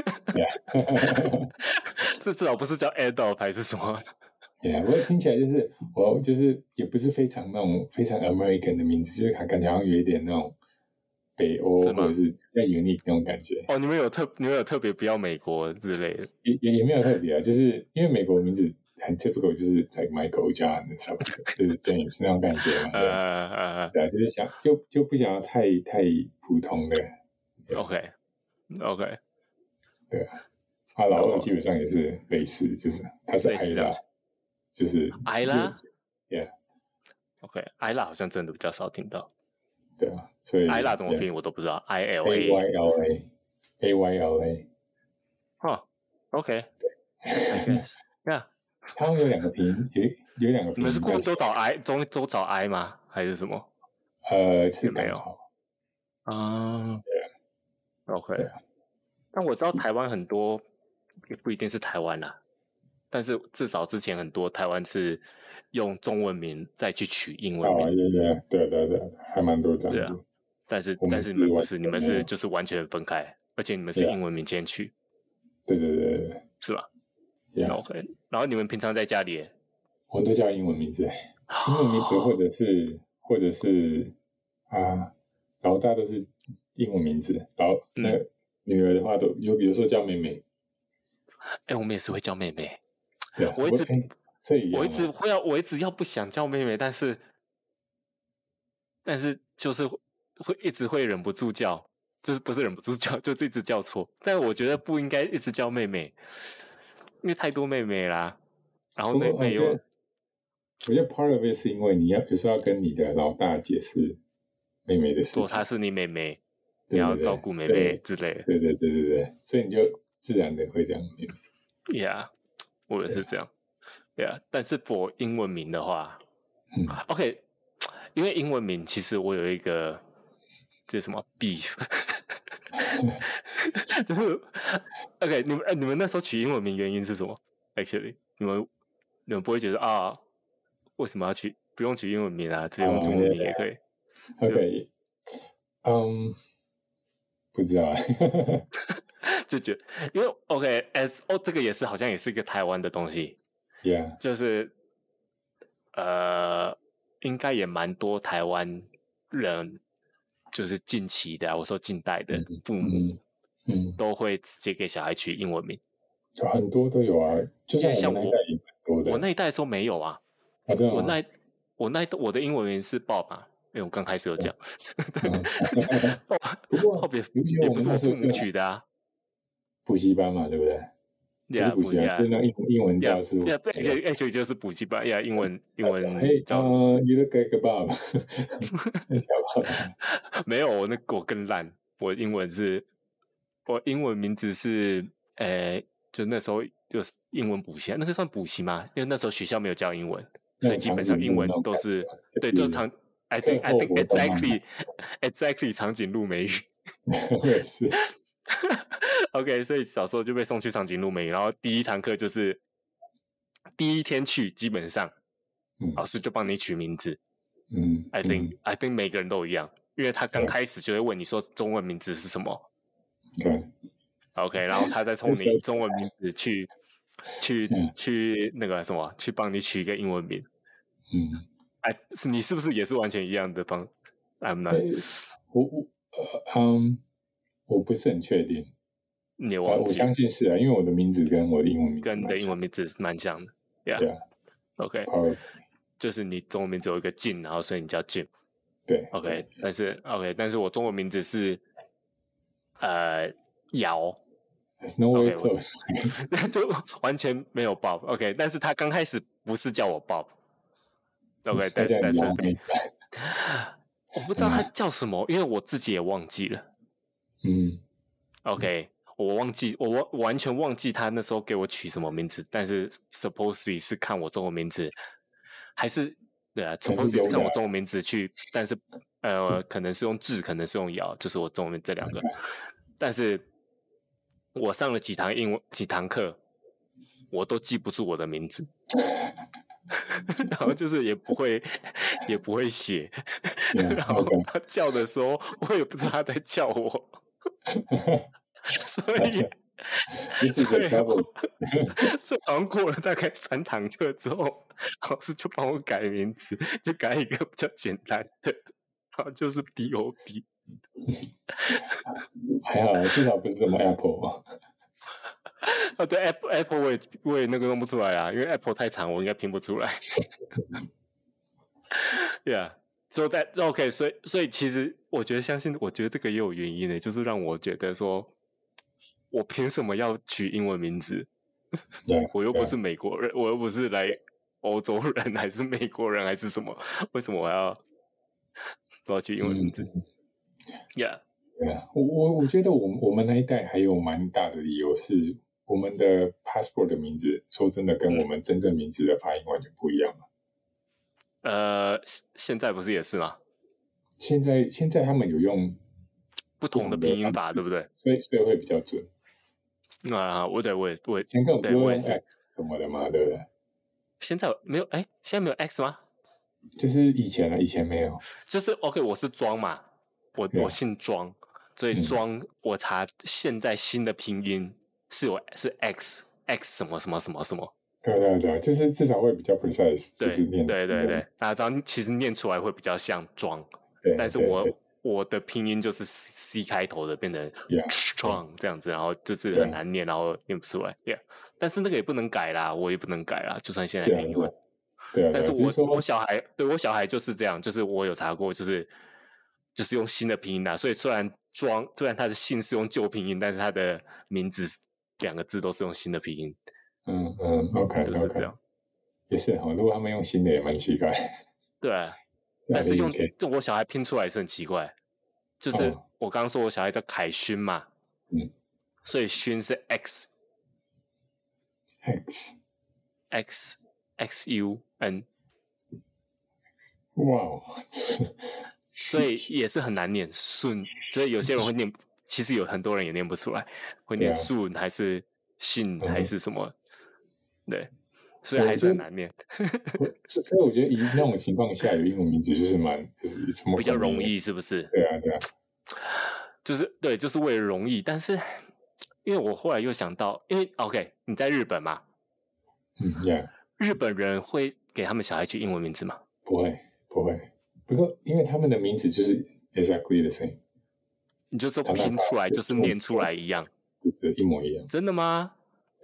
Speaker 1: 这至少不是叫 adult 还是什么？
Speaker 2: yeah，不过听起来就是我就是也不是非常那种非常 American 的名字，就是感觉好像有一点那种北欧
Speaker 1: 是吗
Speaker 2: 或者是比较 unique 那种感觉。
Speaker 1: 哦，你们有特你们有特别不要美国之类的？
Speaker 2: 也也也没有特别啊，就是因为美国名字很 typical，就是 like Michael John 什么的，就是 James 那种感觉嘛。对
Speaker 1: 呃呃
Speaker 2: 对啊，就是想就就不想要太太普通的。
Speaker 1: 呃，OK OK，
Speaker 2: 他老二基本上也是类似，就是他是
Speaker 1: 类似
Speaker 2: I
Speaker 1: 这样
Speaker 2: 啦
Speaker 1: 子，
Speaker 2: 就是
Speaker 1: 艾拉
Speaker 2: Yeah
Speaker 1: OK，艾拉好像真的比较少听到，
Speaker 2: 对啊，所以
Speaker 1: 艾拉怎么拼我都不知道，I L
Speaker 2: ？A Y
Speaker 1: A
Speaker 2: L A A Y L A，
Speaker 1: 哦 o k I guess，那
Speaker 2: 他们有两个拼，有有两个
Speaker 1: 你
Speaker 2: 拼音
Speaker 1: 们 是故意
Speaker 2: 叫
Speaker 1: 都找 I 都都找 I 吗？还是什么？
Speaker 2: 呃是
Speaker 1: 没有
Speaker 2: 刚好
Speaker 1: 啊，OK，
Speaker 2: 哦对啊
Speaker 1: 但我知道台湾很多也不一定是台湾啦，但是至少之前很多台湾是用中文名再去取英文
Speaker 2: 哦，
Speaker 1: 名，
Speaker 2: 对对对对对，还蛮多这
Speaker 1: 对
Speaker 2: 样
Speaker 1: 啊
Speaker 2: 子。
Speaker 1: 但是
Speaker 2: 我们
Speaker 1: 但是你们
Speaker 2: 是
Speaker 1: 不
Speaker 2: 完
Speaker 1: 是，
Speaker 2: 全
Speaker 1: 你们
Speaker 2: 没
Speaker 1: 是
Speaker 2: 有
Speaker 1: 就是完全分开，而且你们是
Speaker 2: 对啊
Speaker 1: 英文名先取，
Speaker 2: 对对对对对
Speaker 1: 是吧
Speaker 2: Yeah
Speaker 1: ？OK，然后你们平常在家里也，
Speaker 2: 我都叫英文名字。英文名字或者是或者是啊，老大都是英文名字，老
Speaker 1: 嗯
Speaker 2: 那女儿的话都有，有时候叫妹妹，
Speaker 1: 哎、我们也是会叫妹妹，
Speaker 2: 对啊，
Speaker 1: 我一直
Speaker 2: 哎这一样啊
Speaker 1: 我一直会要，我一直要不想叫妹妹，但是但是就是会会一直会忍不住叫，就是不是忍不住叫， 就一直叫错。但我觉得不应该一直叫妹妹，因为太多妹妹啦。然后
Speaker 2: 不过
Speaker 1: 妹
Speaker 2: 我
Speaker 1: 妹
Speaker 2: 觉
Speaker 1: 又
Speaker 2: 得，我觉得 part of it 是因为你要有时候要跟你的老大解释妹妹的事情，
Speaker 1: 说她是你妹妹，你
Speaker 2: 对
Speaker 1: 要
Speaker 2: 对对
Speaker 1: 照顾妹
Speaker 2: 对
Speaker 1: 妹之类的。
Speaker 2: 对对对对对，所以你就自然的会这样妹妹。
Speaker 1: Yeah，我也是这样。Yeah，但是我英文名的话，啊
Speaker 2: 嗯
Speaker 1: ，OK，因为英文名其实我有一个这什么 beef，就是 OK，你们呃你们那时候取英文名原因是什么？Actually，你们你们不会觉得啊，为什么要取不用取英文名啊，直接用
Speaker 2: 哦
Speaker 1: 中文
Speaker 2: 对
Speaker 1: 名也可以？
Speaker 2: OK，嗯，不知道啊，
Speaker 1: 就觉得因为 OK，S、哦，这个也是好像也是一个台湾的东西，
Speaker 2: ，Yeah，
Speaker 1: 就是呃，应该也蛮多台湾人，就是近期的啊、我说近代的父母
Speaker 2: 嗯嗯，
Speaker 1: 都会直接给小孩取英文名。
Speaker 2: 就很多都有啊，就
Speaker 1: 因为像
Speaker 2: 我们那
Speaker 1: 我
Speaker 2: 一代也蛮多的。
Speaker 1: 我那一代的时候没有啊，
Speaker 2: 啊，真的
Speaker 1: 我
Speaker 2: 吗
Speaker 1: 那我那一我的英文名是 Bob 嘛，因为我刚开始有讲，
Speaker 2: 嗯 不过
Speaker 1: 后边
Speaker 2: 尤其
Speaker 1: 也
Speaker 2: 哦我
Speaker 1: 不
Speaker 2: 们
Speaker 1: 是
Speaker 2: 那
Speaker 1: 我
Speaker 2: 时候
Speaker 1: 父母取的啊，
Speaker 2: 补习班嘛，对不对？不
Speaker 1: 对
Speaker 2: 是
Speaker 1: 啊，
Speaker 2: 补习班，就是那英英文教室。
Speaker 1: 对啊，actually actually 就是补习班呀，英文英文
Speaker 2: 嘿，
Speaker 1: 教
Speaker 2: 啊，You look like a Bob，小爸
Speaker 1: 没有，我那我更烂。我英文是，我英文名字是，呃，就那时候就是英文补习啊，那个算补习吗？因为那时候学校没有教英文，所以基本上英文都是对，就长。I think I think
Speaker 2: 课后活动啊
Speaker 1: exactly exactly 长颈鹿美语。
Speaker 2: 我也是，
Speaker 1: OK，所以小时候就被送去长颈鹿美语，然后第一堂课就是第一天去，基本上
Speaker 2: 嗯
Speaker 1: 老师就帮你取名字。
Speaker 2: 嗯
Speaker 1: I think、I think 每个人都一样，因为他刚
Speaker 2: 对
Speaker 1: 开始就会问你说中文名字是什么，
Speaker 2: 对，
Speaker 1: OK，然后他再从
Speaker 2: So
Speaker 1: 你中文名字去去
Speaker 2: 啊嗯
Speaker 1: 去那个什么，去帮你取一个英文名。
Speaker 2: 嗯。
Speaker 1: 哎，是你是不是也是完全一样的帮？I'm not，
Speaker 2: 诶哎我我呃嗯，我不是很确定，
Speaker 1: 你也
Speaker 2: 呃
Speaker 1: 忘
Speaker 2: 我
Speaker 1: 记
Speaker 2: 相信是啊，因为我的名字跟我的英文名字
Speaker 1: 跟你的英
Speaker 2: 文
Speaker 1: 文名字是蛮像的。
Speaker 2: 对啊
Speaker 1: Yeah，OK，、
Speaker 2: ，probably
Speaker 1: 就是你中文名字有一个进，然后所以你叫进。
Speaker 2: 对
Speaker 1: OK，但是 OK，但是我中文名字是呃姚。
Speaker 2: ，it's nowhere
Speaker 1: OK，我
Speaker 2: close，
Speaker 1: 就完全没有 Bob。OK，但是他刚开始不是叫我 Bob。OK，
Speaker 2: 大
Speaker 1: 但是
Speaker 2: 家
Speaker 1: 但是
Speaker 2: 一样
Speaker 1: 被我不知道他叫什么，因为我自己也忘记了。
Speaker 2: 嗯
Speaker 1: OK，我忘记我完完全忘记他那时候给我取什么名字，但是 supposedly 是看我中文名字，还是对啊
Speaker 2: 是
Speaker 1: ，supposedly 是看
Speaker 2: 有
Speaker 1: 我
Speaker 2: 的嗯
Speaker 1: 中文名字 去，但是呃，可能是用智，可能是用咬，就是我中文名这 两个，但是我上了几堂英文几堂课，我都记不住我的名字。 然后就是也不会，也不会写， 然后
Speaker 2: ，yeah，OK，
Speaker 1: 他叫的时候，我也不知道他在叫我， 所以
Speaker 2: this is
Speaker 1: 所
Speaker 2: the
Speaker 1: 以
Speaker 2: trouble，
Speaker 1: 我 所以好像过了大概三堂课之后，老师就帮我改名字，就改一个比较简单的，然后就是 B O B。
Speaker 2: 还好哎至少不是什么 Apple 啊，
Speaker 1: 啊，对，Apple Apple 我也我也那个弄不出来啊，因为 Apple 太长，我应该拼不出来。yeah，so that OK，所以所以其实我觉得，相信我觉得这个也有原因的，就是让我觉得说，我凭什么要取英文名字？
Speaker 2: 对，
Speaker 1: 我又
Speaker 2: 对
Speaker 1: 不是美国人，我又不是来欧洲人，还是美国人，还是什么？为什么我要我要取英文名字、y e a h
Speaker 2: 对啊，我我我觉得我们我们那一代还有蛮大的理由是，我们的 passport 的名字，说真的，
Speaker 1: 嗯
Speaker 2: 跟我们真正名字的发音完全不一样嘛。
Speaker 1: 呃，现现在不是也是吗？
Speaker 2: 现在现在他们有用，
Speaker 1: 不同的啊
Speaker 2: 同的
Speaker 1: 拼音
Speaker 2: 方
Speaker 1: 法，对不对？
Speaker 2: 所以所以会比较准。
Speaker 1: 啊，我对我也我也
Speaker 2: 前更不
Speaker 1: 对
Speaker 2: 用
Speaker 1: 我也
Speaker 2: 用
Speaker 1: 是
Speaker 2: X 什么的嘛，对不对？
Speaker 1: 现在有没有哎、现在没有 X 吗？
Speaker 2: 就是以前啊，以前没有。
Speaker 1: 就是 OK，我是庄嘛，我
Speaker 2: 对啊
Speaker 1: 我姓庄，所以
Speaker 2: 嗯
Speaker 1: 庄、我查现在新的拼音是有是 X X 什么什么什么什么，
Speaker 2: 对啊对对，就是至少会比较 precise，就
Speaker 1: 对
Speaker 2: 是念
Speaker 1: 对对
Speaker 2: 念
Speaker 1: 对，那当然其实念出来会比较像庄，
Speaker 2: 对。
Speaker 1: 但是
Speaker 2: 对
Speaker 1: 我
Speaker 2: 对
Speaker 1: 我的拼音就是 C, C 开头的，变成
Speaker 2: Yeah.
Speaker 1: strong 这样子，然后就是
Speaker 2: 对
Speaker 1: 很难念，然后念不出来。Yeah，但是那个也不能改啦，我也不能改啦，就算现在
Speaker 2: 是啊
Speaker 1: 念
Speaker 2: 是
Speaker 1: 出
Speaker 2: 啊
Speaker 1: 来。，
Speaker 2: 对啊，对
Speaker 1: 但
Speaker 2: 啊
Speaker 1: 是
Speaker 2: 只
Speaker 1: 我
Speaker 2: 是说
Speaker 1: 我小孩对我小孩就是这样，就是我有查过，就是就是用新的拼音啦。所以虽然庄虽然他的姓是用旧拼音，但是他的名字两个字都是用新的拼音，
Speaker 2: 嗯嗯，OK
Speaker 1: 就是这
Speaker 2: OK，
Speaker 1: 样。
Speaker 2: 也是哦哈。如果他们用新的也蛮奇怪，
Speaker 1: 对啊、 但是
Speaker 2: 对啊
Speaker 1: 用
Speaker 2: 也可以
Speaker 1: 用我小孩拼出来也是很奇怪，就是
Speaker 2: 哦
Speaker 1: 我刚刚说我小孩叫凯勋嘛，
Speaker 2: 嗯，
Speaker 1: 所以勋是 x
Speaker 2: X，
Speaker 1: x x u n，
Speaker 2: 哇哦，
Speaker 1: 所以也是很难念顺，所以有些人会 念，其实有很多人也念不出来，会念
Speaker 2: 对啊
Speaker 1: 顺还是信
Speaker 2: 嗯
Speaker 1: 还是什么，对，所以
Speaker 2: 对
Speaker 1: 还是
Speaker 2: 所以
Speaker 1: 很难念，
Speaker 2: 我所所以我觉得以那种情况下有英文名字就是蛮就是
Speaker 1: 比较容。
Speaker 2: it's more convenient
Speaker 1: 易是不是？
Speaker 2: 对啊对啊，
Speaker 1: 就是对，就是为了容易，但是因为我后来又想到，因为 OK 你在日本嘛，
Speaker 2: 嗯，Yeah，
Speaker 1: 日本人会给他们小孩取英文名字吗？
Speaker 2: 不会不会，不过因为他们的名字就是 exactly the same，
Speaker 1: 你就说
Speaker 2: 当然
Speaker 1: 拼出来
Speaker 2: 对
Speaker 1: 就是念出来一样，
Speaker 2: 就是一模一样。
Speaker 1: 真的吗？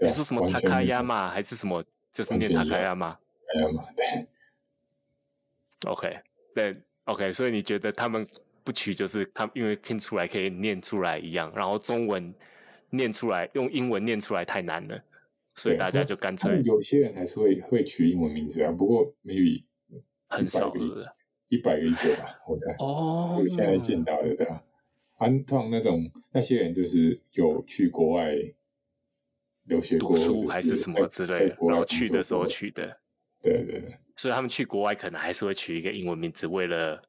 Speaker 2: 对
Speaker 1: 你
Speaker 2: 啊
Speaker 1: 说什么
Speaker 2: 完
Speaker 1: 塔
Speaker 2: 全
Speaker 1: 卡
Speaker 2: 没
Speaker 1: 亚
Speaker 2: 有
Speaker 1: 嘛，还是什么？就是
Speaker 2: 完
Speaker 1: 念
Speaker 2: 全
Speaker 1: 塔
Speaker 2: 一
Speaker 1: 卡
Speaker 2: 样
Speaker 1: 亚嘛
Speaker 2: 哎呀妈，对，
Speaker 1: ？OK，对，OK，所以你觉得他们不取就是他们因为拼出来可以念出来一样，然后中文念出来用英文念出来太难了，所以
Speaker 2: 对
Speaker 1: 大
Speaker 2: 他
Speaker 1: 家
Speaker 2: 们
Speaker 1: 就干
Speaker 2: 他
Speaker 1: 脆
Speaker 2: 们有些人还是会会取英文名字啊，不过 maybe
Speaker 1: 很少
Speaker 2: 100个
Speaker 1: 对不对？
Speaker 2: 一百个一个吧，我猜。
Speaker 1: 哦
Speaker 2: 我现在见到的对啊，啊，通常那种那些人就是有去国外留学
Speaker 1: 读
Speaker 2: 过，
Speaker 1: 书
Speaker 2: 或者
Speaker 1: 还是什
Speaker 2: 在
Speaker 1: 么之类
Speaker 2: 在
Speaker 1: 的，
Speaker 2: 国外
Speaker 1: 然后去的时候
Speaker 2: 工作过，
Speaker 1: 取的，
Speaker 2: 对对对，
Speaker 1: 所以他们去国外可能还是会取一个英文名字，为了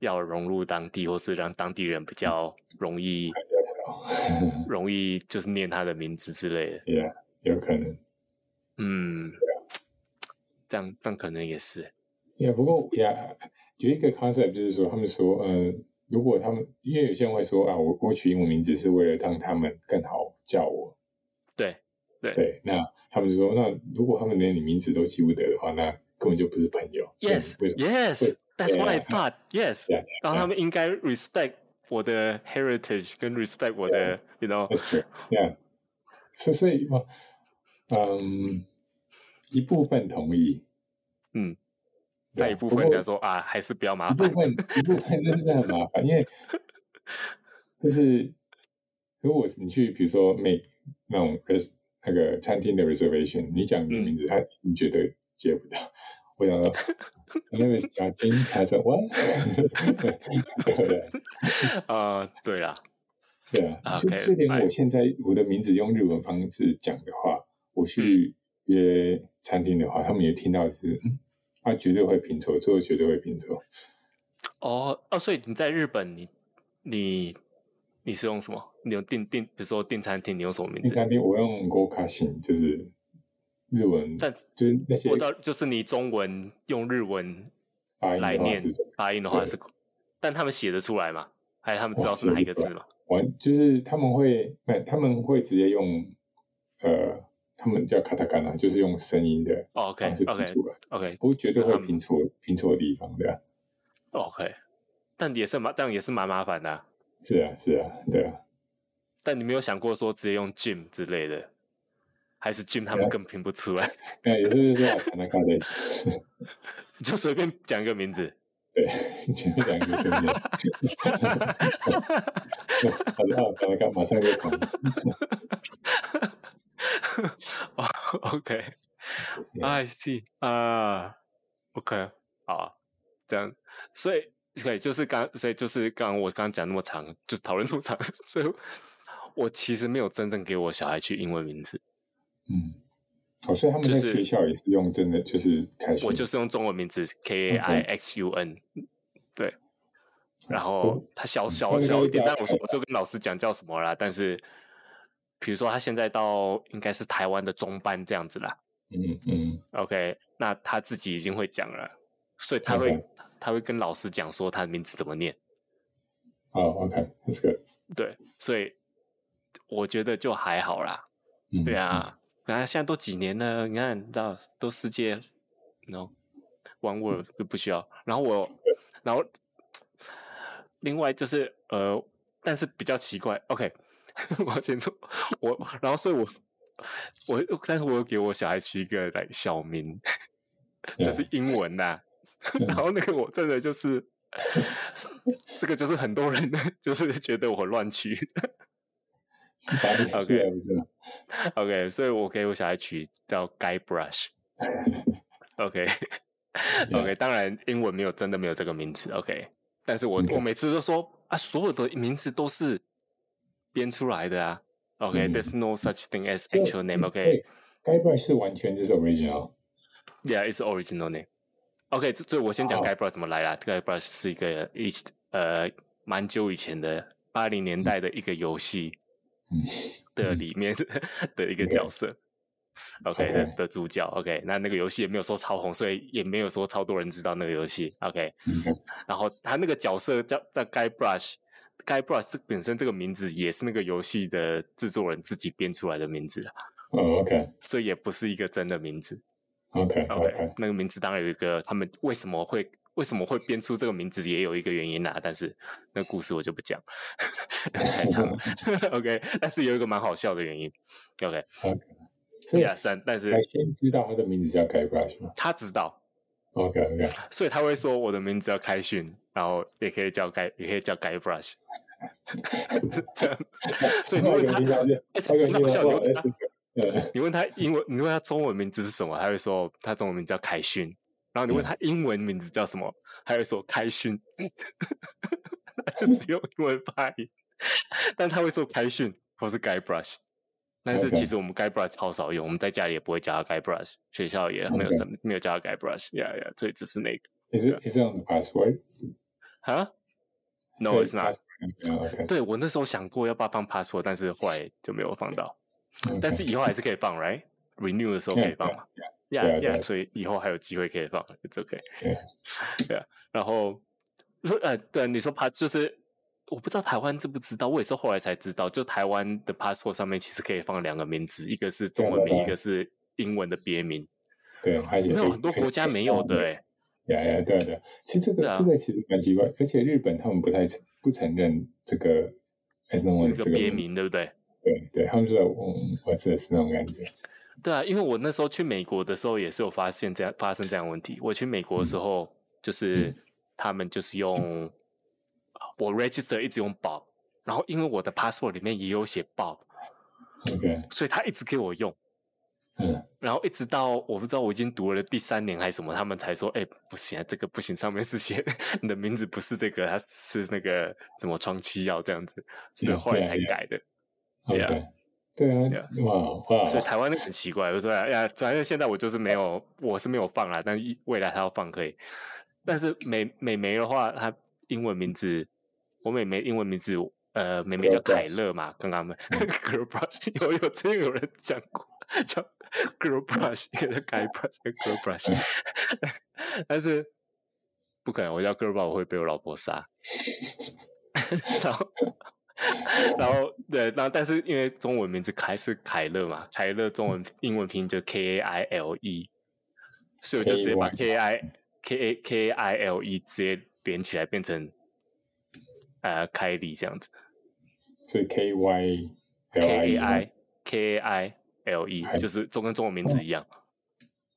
Speaker 1: 要融入当地，或是让当地人比较容易
Speaker 2: 比较少，
Speaker 1: 容易就是念他的名字之类的。
Speaker 2: yeah, 有可能。
Speaker 1: 嗯，
Speaker 2: 啊
Speaker 1: 这样那可能也是。
Speaker 2: 也、yeah, 不过呀有一个 concept 就是说，他们说，嗯，如果他们因为有些人会说啊，我我取英文名字是为了让他们更好叫我，
Speaker 1: 对，
Speaker 2: 对，那他们就说，那如果他们连你名字都记不得的话，那根本就不是朋友。所以为什么
Speaker 1: Yes，Yes，That's
Speaker 2: 对
Speaker 1: what I thought. Yes，
Speaker 2: Yeah, yeah,
Speaker 1: 然后他们应该 respect 我的 heritage，跟 respect 我的，you know，
Speaker 2: That's true. Yeah. 所以所以嘛，嗯，一部分同意，
Speaker 1: 嗯，
Speaker 2: 对
Speaker 1: 那
Speaker 2: 啊，
Speaker 1: 一部
Speaker 2: 不
Speaker 1: 分
Speaker 2: 过
Speaker 1: 在说啊，还是比较麻
Speaker 2: 一部
Speaker 1: 烦。
Speaker 2: 分一部分 真的是很麻烦，因为就是如果是你去比如说 make 那种 res 那个餐厅的 reservation，你讲
Speaker 1: 嗯
Speaker 2: 你的名字，他你觉得接不到，我想说。 那个小金，他说 what？对 啊
Speaker 1: 呃，对啦，
Speaker 2: 对啊，就
Speaker 1: OK，
Speaker 2: 这点，
Speaker 1: 哎
Speaker 2: 我现在我的名字用日文方式讲的话，
Speaker 1: 嗯
Speaker 2: 我去约餐厅的话，他们也听到是，嗯啊，绝对会拼错，最后绝对会拼错。
Speaker 1: 哦哦，所以你在日本你，你你是用什么？你用订订，比如说订餐厅，你用什么名
Speaker 2: 订
Speaker 1: 字？
Speaker 2: 餐厅我用 go k a s h i n 就是日文，
Speaker 1: 但是
Speaker 2: 就是那些
Speaker 1: 我知道，就是你中文用日文
Speaker 2: 发音
Speaker 1: 来
Speaker 2: 的话
Speaker 1: 念
Speaker 2: 是怎么
Speaker 1: 发音的话
Speaker 2: 对
Speaker 1: 是，但他们写得出来吗？还是他们知
Speaker 2: 哇
Speaker 1: 道是
Speaker 2: 写
Speaker 1: 哪一
Speaker 2: 不
Speaker 1: 个
Speaker 2: 出来
Speaker 1: 字吗？
Speaker 2: 完，就是他们会，没有他们会直接用，呃，他们叫卡塔卡纳，就是用声音的
Speaker 1: 哦，OK，
Speaker 2: 方式拼
Speaker 1: OK，
Speaker 2: 出来，
Speaker 1: OK
Speaker 2: 不过绝对
Speaker 1: 就是
Speaker 2: 会
Speaker 1: 他们
Speaker 2: 拼错拼错地方的啊。
Speaker 1: OK，但也是蛮这样也是蛮麻烦的啊、
Speaker 2: 是啊，是啊，对啊。
Speaker 1: 但你没有想过说直接用 Jim 之类的，还是 Jim 他们更拼不出来，
Speaker 2: 那也是说卡纳卡的 斯，
Speaker 1: 你就随便讲一个名字。
Speaker 2: 对，前面两个声音，他说啊，卡纳卡马上就同，
Speaker 1: 哦，OK，I、see 啊、o k 好啊，这样，所以对，就是刚，所以就是刚我刚讲那么长，就讨论那么长， 所以我其实没有真正给我小孩取英文名字，
Speaker 2: 嗯，哦，所以他们
Speaker 1: 就
Speaker 2: 在
Speaker 1: 是
Speaker 2: 学校也是用真的，就是开学，
Speaker 1: 我就是用中文名字 K A I X U N，对。然后
Speaker 2: 不
Speaker 1: 他小
Speaker 2: 嗯
Speaker 1: 小
Speaker 2: 那个
Speaker 1: 小一
Speaker 2: 应
Speaker 1: 点，
Speaker 2: 该
Speaker 1: 但我说我就跟老师讲叫什么啦。但是，比如说他现在到应该是台湾的中班这样子啦，
Speaker 2: 嗯嗯
Speaker 1: OK，那他自己已经会讲了，所以他会、他会跟老师讲说他的名字怎么念。
Speaker 2: 哦 o k t h a t s good，
Speaker 1: 对，所以我觉得就还好啦。
Speaker 2: 嗯，
Speaker 1: 对啊，然后现在都几年了，你看，你知道都世界，no，one word 就不需要。然后我，然后另外就是呃，但是比较奇怪，OK，我 要先说，我然后所以我我但是我有给我小孩取一个来小名，
Speaker 2: 嗯
Speaker 1: 就是英文呐、 然后那个我真的就是。 这个就是很多人 就是觉得我乱取
Speaker 2: 把你是啊不是吗？
Speaker 1: ，OK，所以我给我小孩取叫 Guy Brush，OK，OK，、OK，当然英文没有真的没有这个名词，OK，但是我
Speaker 2: 嗯 OK
Speaker 1: 我每次都说啊，所有的名词都是编出来的啊
Speaker 2: 嗯
Speaker 1: ，OK，there's、no such thing as actual name，OK，yeah，it's、
Speaker 2: 该不然是完全就是 original。
Speaker 1: original name。OK，这对我先讲
Speaker 2: 好
Speaker 1: Guy Brush 怎么来啦。Guy Brush 是一个一呃蛮久以前的八零年代的一个游戏，
Speaker 2: 嗯，
Speaker 1: 的
Speaker 2: 嗯
Speaker 1: 里面的一个
Speaker 2: OK
Speaker 1: 角色。OK 的
Speaker 2: OK
Speaker 1: 的主角，OK，那那个游戏也没有说超红，所以也没有说超多人知道那个游戏，OK。
Speaker 2: 嗯
Speaker 1: 然后他那个角色叫叫 Guy Brush，Guy Brush 这本身这个名字也是那个游戏的制作人自己编出来的名字，啊
Speaker 2: 哦，OK
Speaker 1: 所以也不是一个真的名字。
Speaker 2: OK
Speaker 1: OK，,
Speaker 2: OK，
Speaker 1: 那个名字当然有一个，他们为什么会为什么会编出这个名字，也有一个原因啦、但是那故事我就不讲， 太长 了。OK，但是有一个蛮好笑的原因。OK，
Speaker 2: 所
Speaker 1: 一
Speaker 2: 以
Speaker 1: 二三，但是
Speaker 2: 还先知道他的名字叫 Guy Brush 吗
Speaker 1: 他知道，
Speaker 2: ？OK OK，
Speaker 1: 所以他会说我的名字叫开训，然后也可以叫盖，也可以叫盖 brush，这样子。所以你
Speaker 2: 我
Speaker 1: 问
Speaker 2: 有
Speaker 1: 他
Speaker 2: 听，到这，
Speaker 1: 哎
Speaker 2: 我有
Speaker 1: 很
Speaker 2: 听
Speaker 1: 好
Speaker 2: 到
Speaker 1: 笑，
Speaker 2: 不
Speaker 1: 你
Speaker 2: 好
Speaker 1: 问
Speaker 2: 意
Speaker 1: 他
Speaker 2: 思，，嗯，
Speaker 1: 你问他英文，你问他中文名字是什么，他会说他中文名字叫凯勋。然后你问
Speaker 2: 嗯
Speaker 1: 他英文名字叫什么，他会说开勋，
Speaker 2: 嗯
Speaker 1: 就只用英文发音，但他会说开训或是 guy brush。但是
Speaker 2: OK
Speaker 1: 其实我们 guy brush 超少用，我们在家里也不会叫他 guy brush，学校也没有
Speaker 2: OK
Speaker 1: 什么没有叫他 guy brush，呀呀，所以只是那个。
Speaker 2: Is it is it on the password?
Speaker 1: Huh? No,
Speaker 2: So
Speaker 1: it's not.
Speaker 2: password- Okay.
Speaker 1: 对我那时候想过要不要放 passport，但是后来就没有放到。
Speaker 2: okay.
Speaker 1: 但是以后还是可以放，right? Renew 的时候可以放嘛
Speaker 2: yeah,
Speaker 1: ？Yeah,
Speaker 2: yeah.
Speaker 1: yeah. 所以以后还有机会可以放，it's okay.
Speaker 2: Yeah.
Speaker 1: Yeah. 然后说呃，对，你说 pass 就是我不知道台湾知不知道，我也是后来才知道，就台湾的 passport 上面其实可以放两个名字，一个是中文
Speaker 2: 对对
Speaker 1: 名，一
Speaker 2: 对
Speaker 1: 个是英文的别名。
Speaker 2: 对，而且
Speaker 1: 没有
Speaker 2: 可以
Speaker 1: 很多国家没有的、欸。
Speaker 2: 呀呀，对啊对啊，其实这
Speaker 1: 对
Speaker 2: 个
Speaker 1: 啊
Speaker 2: 这个其实蛮奇怪，而且日本他们不太不承认这个 as
Speaker 1: 那
Speaker 2: no one
Speaker 1: 个
Speaker 2: 这个
Speaker 1: 别
Speaker 2: 名字
Speaker 1: 名，对不对？
Speaker 2: 对对，他们就在嗯，what's this 那种感觉，
Speaker 1: 对啊，因为我那时候去美国的时候也是有发现这样发生这样的问题。我去美国
Speaker 2: 嗯
Speaker 1: 的时候，就是、他们就是用我 register 一直用 Bob，然后因为我的 passport 里面也有写 Bob，
Speaker 2: OK，
Speaker 1: 所以他一直给我用。
Speaker 2: 嗯，
Speaker 1: 然后一直到我不知道我已经读了第三年还是什么，他们才说：“哎、不行、啊，这个不行，上面是写你的名字不是这个，它是那个什么双七药这样子。”所以
Speaker 2: 嗯
Speaker 1: 后来
Speaker 2: 对啊
Speaker 1: 才
Speaker 2: 对啊
Speaker 1: 改的。
Speaker 2: OK，
Speaker 1: Yeah.
Speaker 2: 对啊
Speaker 1: Yeah.
Speaker 2: 哇哇，
Speaker 1: 所以台湾那个很奇怪，我说哎呀，反正现在我就是没有，我是没有放啦，但一未来他要放可以。但是美美眉的话，她英文名字，我美眉英文名字，呃，美眉叫
Speaker 2: Girl
Speaker 1: 凯
Speaker 2: Brush
Speaker 1: 乐嘛，刚刚们 Girl Brush 有有真有人讲过叫 Girl Brush，一个叫凯 Brush，一个 Girl Brush，但是不可能，我叫 Girl Brush 我会被我老婆杀。 然后，然后对，然后但是因为中文名字凯是凯勒嘛，凯勒中文英文拼音就 K A I L E，所以我就直接把 K I K A K I L E 直接连起来变成呃凯里这样子
Speaker 2: 所以 K Y
Speaker 1: ，K
Speaker 2: L
Speaker 1: A
Speaker 2: I，
Speaker 1: I K A I L E
Speaker 2: 哎
Speaker 1: 就是中跟中文名字一样，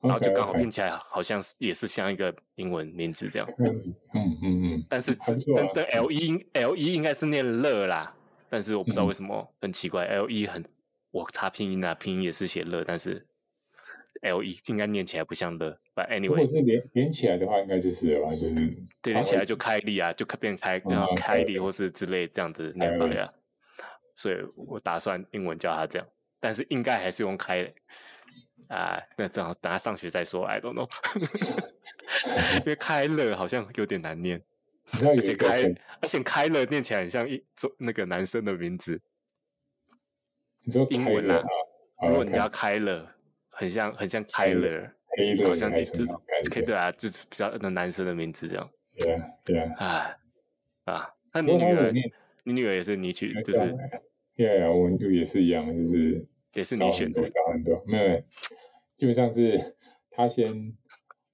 Speaker 1: 然后
Speaker 2: OK
Speaker 1: 就刚好
Speaker 2: OK，
Speaker 1: 拼起来好像是也是像一个英文名字这样，
Speaker 2: 嗯嗯嗯，
Speaker 1: 但是
Speaker 2: 还不错啊
Speaker 1: 但但 L 一应 L 一应该是念乐啦，但是我不知道
Speaker 2: 嗯
Speaker 1: 为什么很奇怪，L 一很我查拼音啊，拼音也是写乐，但是 L 一应该念起来不像乐，But
Speaker 2: 如果
Speaker 1: anyway，
Speaker 2: 是连连起来的话，应该就是了吧，就是
Speaker 1: 对，连起来就开力啊，就变开
Speaker 2: 嗯
Speaker 1: 然后
Speaker 2: ，OK，
Speaker 1: 开力或是之类这样子念法
Speaker 2: 开力
Speaker 1: 呀，所以我打算英文叫他这样，但是应该还是用开啊、那正好等他上学再说，I don't know，因为开乐好像有点难念。
Speaker 2: 你知道有
Speaker 1: 而
Speaker 2: 一
Speaker 1: 且
Speaker 2: 个
Speaker 1: 开
Speaker 2: 很，
Speaker 1: 而且开了念起来很像一中那个男生的名字。
Speaker 2: 你知道
Speaker 1: 英
Speaker 2: 开
Speaker 1: 文
Speaker 2: 了
Speaker 1: 啊
Speaker 2: 啊，
Speaker 1: 如果你
Speaker 2: OK
Speaker 1: 叫开了，很像很像开
Speaker 2: 开了
Speaker 1: 了，
Speaker 2: 黑人
Speaker 1: 好像
Speaker 2: 还
Speaker 1: 你
Speaker 2: 是
Speaker 1: 就
Speaker 2: 什么感
Speaker 1: 是可以
Speaker 2: 觉
Speaker 1: 对啊，就是比较那男生的名字这样。
Speaker 2: 对啊对啊。
Speaker 1: 啊啊，那
Speaker 2: 不
Speaker 1: 你
Speaker 2: 过
Speaker 1: 女
Speaker 2: 他有
Speaker 1: 儿，
Speaker 2: 念，
Speaker 1: 你女儿也是你取，就
Speaker 2: 对
Speaker 1: 是
Speaker 2: 啊对啊，我就也是一样，就是
Speaker 1: 也是
Speaker 2: 早
Speaker 1: 你
Speaker 2: 很
Speaker 1: 选的
Speaker 2: 多，早很多，没有，没有基本上是他先，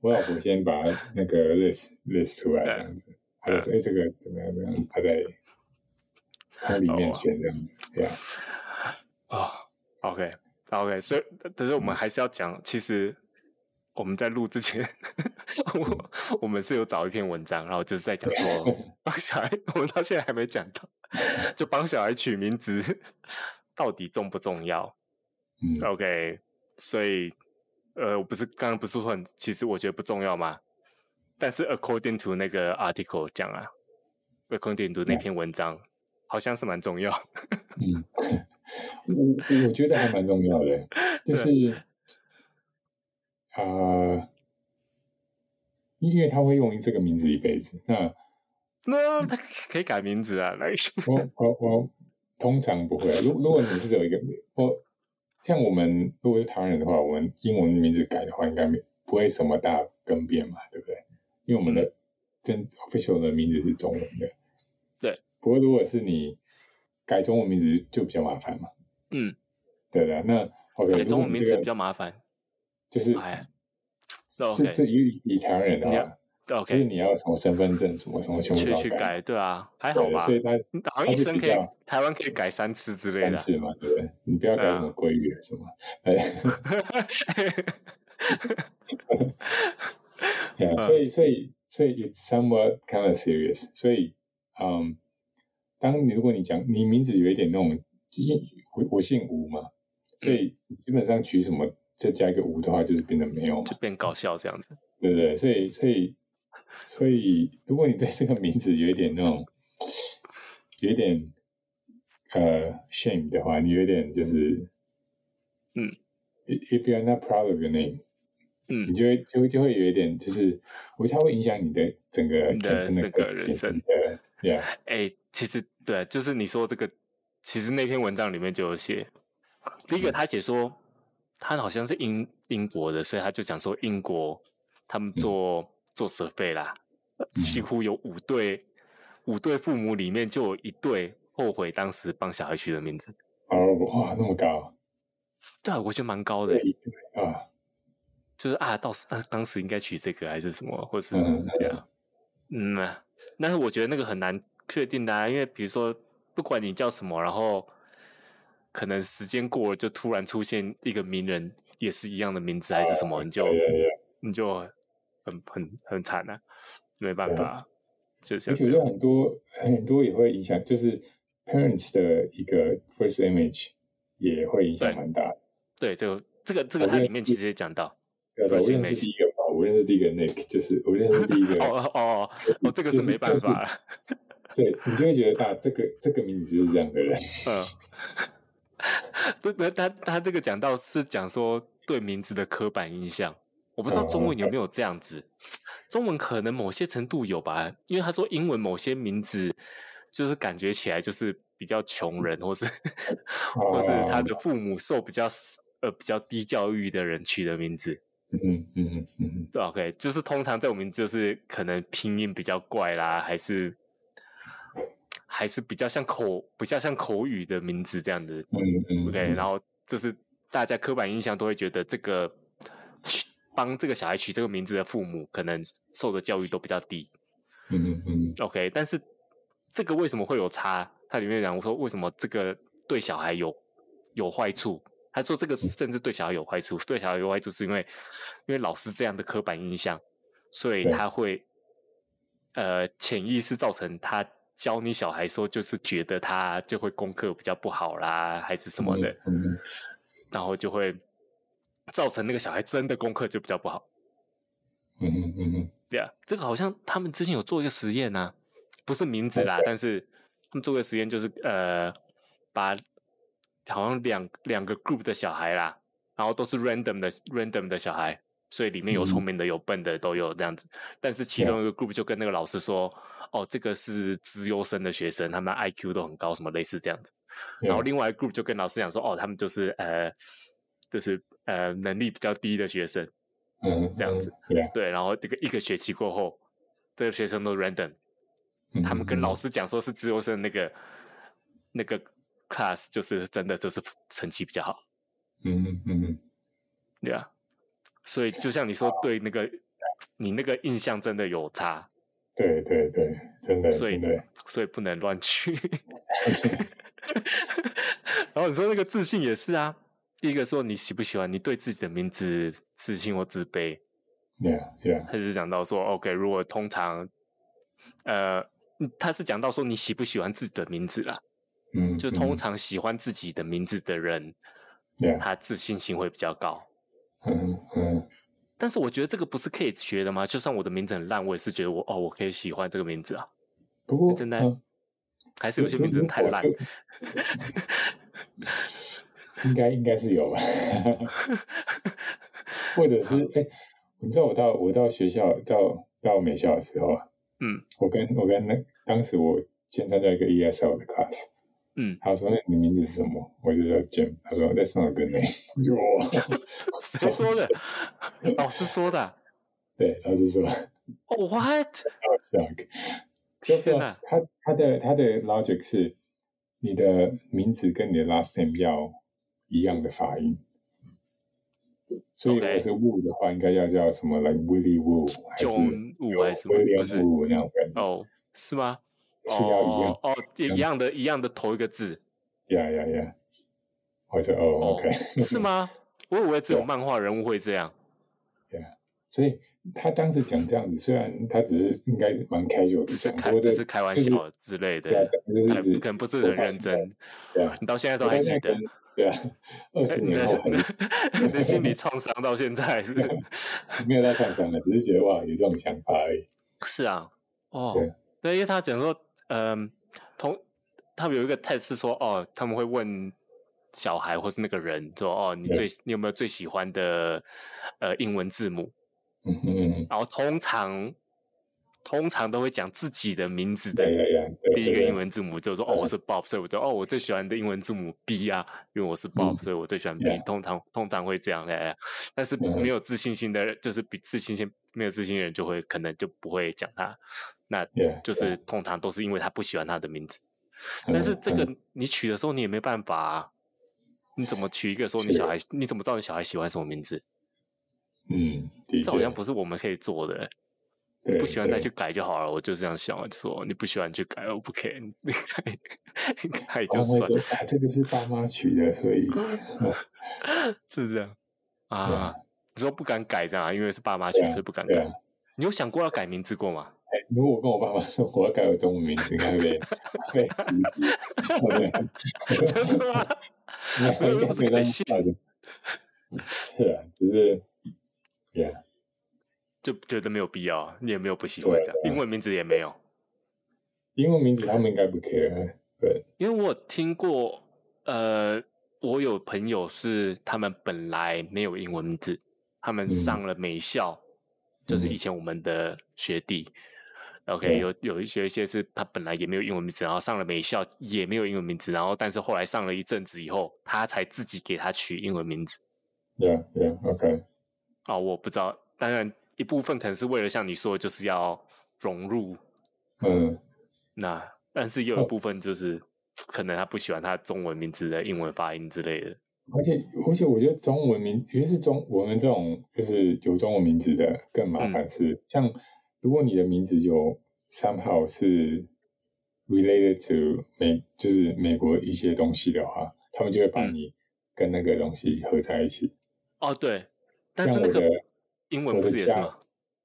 Speaker 2: 我老婆先把那个 list list 出来这样子，他就说：“哎、这个怎么样？怎么样？”他在从里面选这样子，对啊，
Speaker 1: 啊、o k OK，所以但是我们还是要讲，其实我们在录之前，我我们是有找一篇文章，然后就是在讲说帮小孩，我们到现在还没讲到，就帮小孩取名字到底重不重要
Speaker 2: 嗯，
Speaker 1: ？OK，所以呃，我不是刚刚不是说很，其实我觉得不重要吗？但是 according to 那个 article 讲啊，according to 那篇文章，好像是蛮重要。
Speaker 2: 嗯，我我觉得还蛮重 要的，就是啊、呃因为他会用这个名字一辈子。那
Speaker 1: 那他可以改名字啊，来，
Speaker 2: 我我我通常不会、啊，如如果你是只有一个，我像我们如果是台湾人的话，我们英文名字改的话，应该没不会什么大更变嘛，对不对？因为我们
Speaker 1: 嗯
Speaker 2: 的真 official 的名字是中文的，
Speaker 1: 对。
Speaker 2: 不过如果是你改中文名字就比较麻烦嘛，
Speaker 1: 嗯，
Speaker 2: 对的啊。那 OK，
Speaker 1: 改中文
Speaker 2: 如果你
Speaker 1: 名
Speaker 2: 这
Speaker 1: 字
Speaker 2: 个
Speaker 1: 比较麻烦。
Speaker 2: 就是
Speaker 1: 哎
Speaker 2: 这
Speaker 1: OK
Speaker 2: 这这以以台湾人的
Speaker 1: 你
Speaker 2: 话
Speaker 1: 要，
Speaker 2: 就是
Speaker 1: OK，
Speaker 2: 你要什么身份证什么什么全部都
Speaker 1: 去
Speaker 2: 要
Speaker 1: 去改，对啊，还好
Speaker 2: 对，
Speaker 1: 吧？
Speaker 2: 所以他
Speaker 1: 好像一
Speaker 2: 它是
Speaker 1: 生
Speaker 2: 比
Speaker 1: 可以
Speaker 2: 较，
Speaker 1: 台湾可以改三次之类
Speaker 2: 单
Speaker 1: 的
Speaker 2: 字嘛，对不对？你不要改什么鲑鱼什么， 哎，yeah,
Speaker 1: 嗯
Speaker 2: 所以所以所以 it's somewhat kind of serious，所以嗯，当你如果你讲你名字有一点那种，因我我姓吴嘛，所以
Speaker 1: 嗯
Speaker 2: 基本上取什么再加一个吴的话，就是变得没有嘛
Speaker 1: 就，变搞笑这样子。
Speaker 2: 对不对？所以，所以，所以，如果你对这个名字有一点那种，有一点呃 shame 的话，你有一点就是，
Speaker 1: 嗯
Speaker 2: ，if if you're not proud of your name，
Speaker 1: 嗯
Speaker 2: 你就会就会就会有一点就是，我觉得它会影响你的整个
Speaker 1: 你的
Speaker 2: 人生的
Speaker 1: 整个
Speaker 2: 个
Speaker 1: 人
Speaker 2: 性
Speaker 1: 生
Speaker 2: 你的，yeah，
Speaker 1: 哎、其实对，就是你说这个，其实那篇文章里面就有写，第一
Speaker 2: 嗯
Speaker 1: 个他写说他好像是英英国的，所以他就讲说英国他们做、做 survey 啦，呃
Speaker 2: 嗯
Speaker 1: 几乎有五对五对父母里面就有一对后悔当时帮小孩取的名字，
Speaker 2: 而哇那么高，
Speaker 1: 对啊，我觉得蛮高的欸、
Speaker 2: 对啊，
Speaker 1: 就是啊，到时、啊、当时应该取这个还是什么，或是
Speaker 2: 嗯
Speaker 1: 对啊，嗯啊，但是我觉得那个很难确定的、啊，因为比如说不管你叫什么，然后可能时间过了，就突然出现一个名人也是一样的名字还是什么，你就
Speaker 2: 对对对，
Speaker 1: 你就很很很惨啊，没办
Speaker 2: 对啊
Speaker 1: 法，就像
Speaker 2: 而且我觉得很多很多也会影响，就是 parents 的一个 first image 也会影响
Speaker 1: 对
Speaker 2: 蛮大的。
Speaker 1: 对这个这个这个它里面其实也讲到，
Speaker 2: 对吧？
Speaker 1: First
Speaker 2: 我认识
Speaker 1: image
Speaker 2: 第一个吧，我认识第一个 Nick，就是我认识第一个。
Speaker 1: 哦哦哦哦，这个
Speaker 2: 就是
Speaker 1: 没办法
Speaker 2: 就是
Speaker 1: 了，
Speaker 2: 对你就会觉得啊，这个这个名字就是这样的人。
Speaker 1: 嗯， 不不，他他这个讲到是讲说对名字的刻板印象，我不知道
Speaker 2: 嗯
Speaker 1: 中文有没有这样子，中文可能某些程度有吧，因为他说英文某些名字就是感觉起来就是比较穷人，或是或是他的父母受比较呃比较低教育的人取的名字，
Speaker 2: 嗯嗯嗯嗯
Speaker 1: 对，OK，就是通常这种名字就是可能拼音比较怪啦，还是还是比较像口比较像口语的名字这样子。
Speaker 2: 嗯嗯。
Speaker 1: OK，、然后就是大家刻板印象都会觉得这个取帮这个小孩取这个名字的父母可能受的教育都比较低。
Speaker 2: 嗯嗯嗯
Speaker 1: OK，但是这个为什么会有差？它里面讲我说为什么这个对小孩有有坏处？他说这个甚至对小孩有坏处，对小孩有坏处是因为因为老师这样的刻板印象，所以
Speaker 2: 对
Speaker 1: 他会呃潜意识造成他教你小孩说就是觉得他就会功课比较不好啦，还是什么的，
Speaker 2: 嗯
Speaker 1: 然后就会造成那个小孩真的功课就比较不好。
Speaker 2: 嗯嗯嗯，
Speaker 1: 对啊，这个好像他们之前有做一个实验啊，不是名字啦，但是他们做个实验就是呃，把好像两两个 group 的小孩啦，然后都是 random 的 random 的小孩，所以里面有聪明的、有笨的都有这样子。但是其中一个 group 就跟那个老师说，哦，这个是资优生的学生，他们 IQ 都很高，什么类似这样子。然后
Speaker 2: 嗯
Speaker 1: 另外一个 group 就跟老师讲说，哦，他们就是呃，就是呃能力比较低的学生。
Speaker 2: 嗯对啊，
Speaker 1: 对，然后这个一个学期过后，这个学生都 random，他们跟老师讲说是自由生那个那个 class 就是真的就是成绩比较好，
Speaker 2: 嗯嗯嗯
Speaker 1: 对啊，所以就像你说，对那个你那个印象真的有差，
Speaker 2: 对对对，真的，
Speaker 1: 所以
Speaker 2: 真的，
Speaker 1: 所以不能乱去。然后你说那个自信也是啊，第一个说你喜不喜欢，你对自己的名字自信或自卑，
Speaker 2: yeah yeah，
Speaker 1: 他是讲到说，OK，如果通常，呃，嗯他是讲到说你喜不喜欢自己的名字啦，
Speaker 2: 嗯，
Speaker 1: 就通
Speaker 2: 嗯
Speaker 1: 常喜欢自己的名字的人，
Speaker 2: ，yeah，
Speaker 1: 他自信心会比较高。
Speaker 2: 嗯嗯
Speaker 1: 但是我觉得这个不是可以学的吗？就算我的名字很烂，我也是觉得我哦，我可以喜欢这个名字啊。
Speaker 2: 不过
Speaker 1: 真的
Speaker 2: 嗯
Speaker 1: 还是有些名字太烂，
Speaker 2: 应该应该是有吧，或者是哎、你知道我到我到学校到到美校的时候啊，
Speaker 1: 嗯，
Speaker 2: 我跟我跟那当时我先参加一个 ESL 的 class，
Speaker 1: 嗯，
Speaker 2: 他说那你名字是什么？我就叫 Jim，他说 That's not a good name，我 就哇，
Speaker 1: 谁说的？老师说的啊。
Speaker 2: 对，他是说
Speaker 1: 哦，what？
Speaker 2: 好笑，就不知
Speaker 1: 天
Speaker 2: 道
Speaker 1: 哪！
Speaker 2: 他他的他的 logic 是你的名字跟你的 last name 要一样的发音，所以
Speaker 1: OK
Speaker 2: 我是 Wu 的话，应该要叫什么 like Willie Wu 还是
Speaker 1: 九五还是什么？不
Speaker 2: William
Speaker 1: 是
Speaker 2: Wu 那种感觉，
Speaker 1: 哦，是吗？
Speaker 2: 是要一样
Speaker 1: 哦。哦，一样的，一样的头一个字，
Speaker 2: 呀呀呀！我说
Speaker 1: 哦
Speaker 2: 哦，OK，
Speaker 1: 是吗？我以为只有漫画人物会这样。
Speaker 2: 所以他当时讲这样子，虽然他只是应该蛮 casual 的
Speaker 1: 只是
Speaker 2: 讲，
Speaker 1: 开
Speaker 2: 不过这
Speaker 1: 只是开玩
Speaker 2: 就是
Speaker 1: 笑之类的
Speaker 2: 对啊，，讲就是
Speaker 1: 可能
Speaker 2: 只
Speaker 1: 可能不是很认真。
Speaker 2: 对啊，
Speaker 1: 你到现在都
Speaker 2: 我
Speaker 1: 还
Speaker 2: 到
Speaker 1: 记
Speaker 2: 现在
Speaker 1: 得哎
Speaker 2: 跟，对啊，二十
Speaker 1: 你
Speaker 2: 年后还是
Speaker 1: 的 你的心理创伤到现在 是
Speaker 2: 没有到上山了，只是觉得哇有这种想法而已。
Speaker 1: 是啊，哦
Speaker 2: 对，
Speaker 1: 对，因为他讲说，嗯，同他们有一个 test 是说，哦，他们会问小孩或是那个人说，哦，你最你有没有最喜欢的呃英文字母？
Speaker 2: 嗯哼嗯哼，
Speaker 1: 然后通常通常都会讲自己的名字的
Speaker 2: 对对对，对
Speaker 1: 第一个
Speaker 2: 对
Speaker 1: 英文字母就说哦， 我是 Bob，所以我就哦，我最喜欢的英文字母 B 啊，因为我是 Bob，、
Speaker 2: 嗯
Speaker 1: 所以我最喜欢 B。
Speaker 2: Yeah
Speaker 1: 通常通常会这样哎，哎但是
Speaker 2: 嗯
Speaker 1: 没有自信心的人，就是比自信心没有自信的人，就会可能就不会讲他。那
Speaker 2: Yeah，
Speaker 1: 就是通常都是因为他不喜欢他的名字。
Speaker 2: 嗯
Speaker 1: 但是这
Speaker 2: 嗯
Speaker 1: 个你取的时候你也没办法、啊，你怎么取一个说你
Speaker 2: 是
Speaker 1: 小孩，你怎么知道你小孩喜欢什么名字？
Speaker 2: 嗯，的确
Speaker 1: 这好像不是我们可以做的、
Speaker 2: 对
Speaker 1: 不喜欢再
Speaker 2: 对
Speaker 1: 去改就好了，我就这样想，我就说你不喜欢就改，我不 care，你 改你改就
Speaker 2: 他们
Speaker 1: 算
Speaker 2: 会，说啊，这个是爸妈取的，所以
Speaker 1: 是不是这样
Speaker 2: 对
Speaker 1: 啊
Speaker 2: 啊？
Speaker 1: 你说不敢改这样啊，因为是爸妈取，
Speaker 2: 对啊
Speaker 1: 所以不敢
Speaker 2: 对
Speaker 1: 改
Speaker 2: 啊。
Speaker 1: 你有想过要改名字过吗？
Speaker 2: 哎如果我跟我爸妈说我要改我中文名字，应该会被 被阻止，
Speaker 1: 真的吗？
Speaker 2: 应该
Speaker 1: 那
Speaker 2: 应
Speaker 1: 又不
Speaker 2: 该
Speaker 1: 是
Speaker 2: 没
Speaker 1: 改
Speaker 2: 关
Speaker 1: 姓
Speaker 2: 系的。是啊，只是，Yeah，
Speaker 1: 就觉得没有必要，你也没有不喜欢
Speaker 2: 对啊
Speaker 1: 这样，英文名字也没有。
Speaker 2: 英文名字他们应该不 care，对，
Speaker 1: 因为我有听过，呃，我有朋友是他们本来没有英文名字，他们
Speaker 2: 嗯
Speaker 1: 上了美校，就是
Speaker 2: 嗯哦
Speaker 1: 以前我们的学弟。OK，
Speaker 2: 对
Speaker 1: 有有一些一些是他本来也没有英文名字，然后上了美校也没有英文名字，然后但是后来上了一阵子以后，他才自己给他取英文名字。
Speaker 2: 啊，Yeah，Yeah，OK，
Speaker 1: 哦，我不知道，当然一部分可能是为了像你说，就是要融入
Speaker 2: 嗯，
Speaker 1: 那，但是也有一
Speaker 2: 哦
Speaker 1: 部分就是、可能他不喜欢他中文名字的英文发音之类的。
Speaker 2: 而且而且，我觉得中文名，尤其是中我们这种就是有中文名字的，更麻
Speaker 1: 嗯
Speaker 2: 烦是、像如果你的名字有 somehow 是 related to 美，就是美国一些东西的话，他们就会把
Speaker 1: 嗯
Speaker 2: 你跟那个东西合在一起。
Speaker 1: 哦，对，但是
Speaker 2: 像
Speaker 1: 那
Speaker 2: 我
Speaker 1: 个
Speaker 2: 的
Speaker 1: 英文
Speaker 2: 我
Speaker 1: 不
Speaker 2: 的
Speaker 1: 是也是
Speaker 2: 家
Speaker 1: 吗？，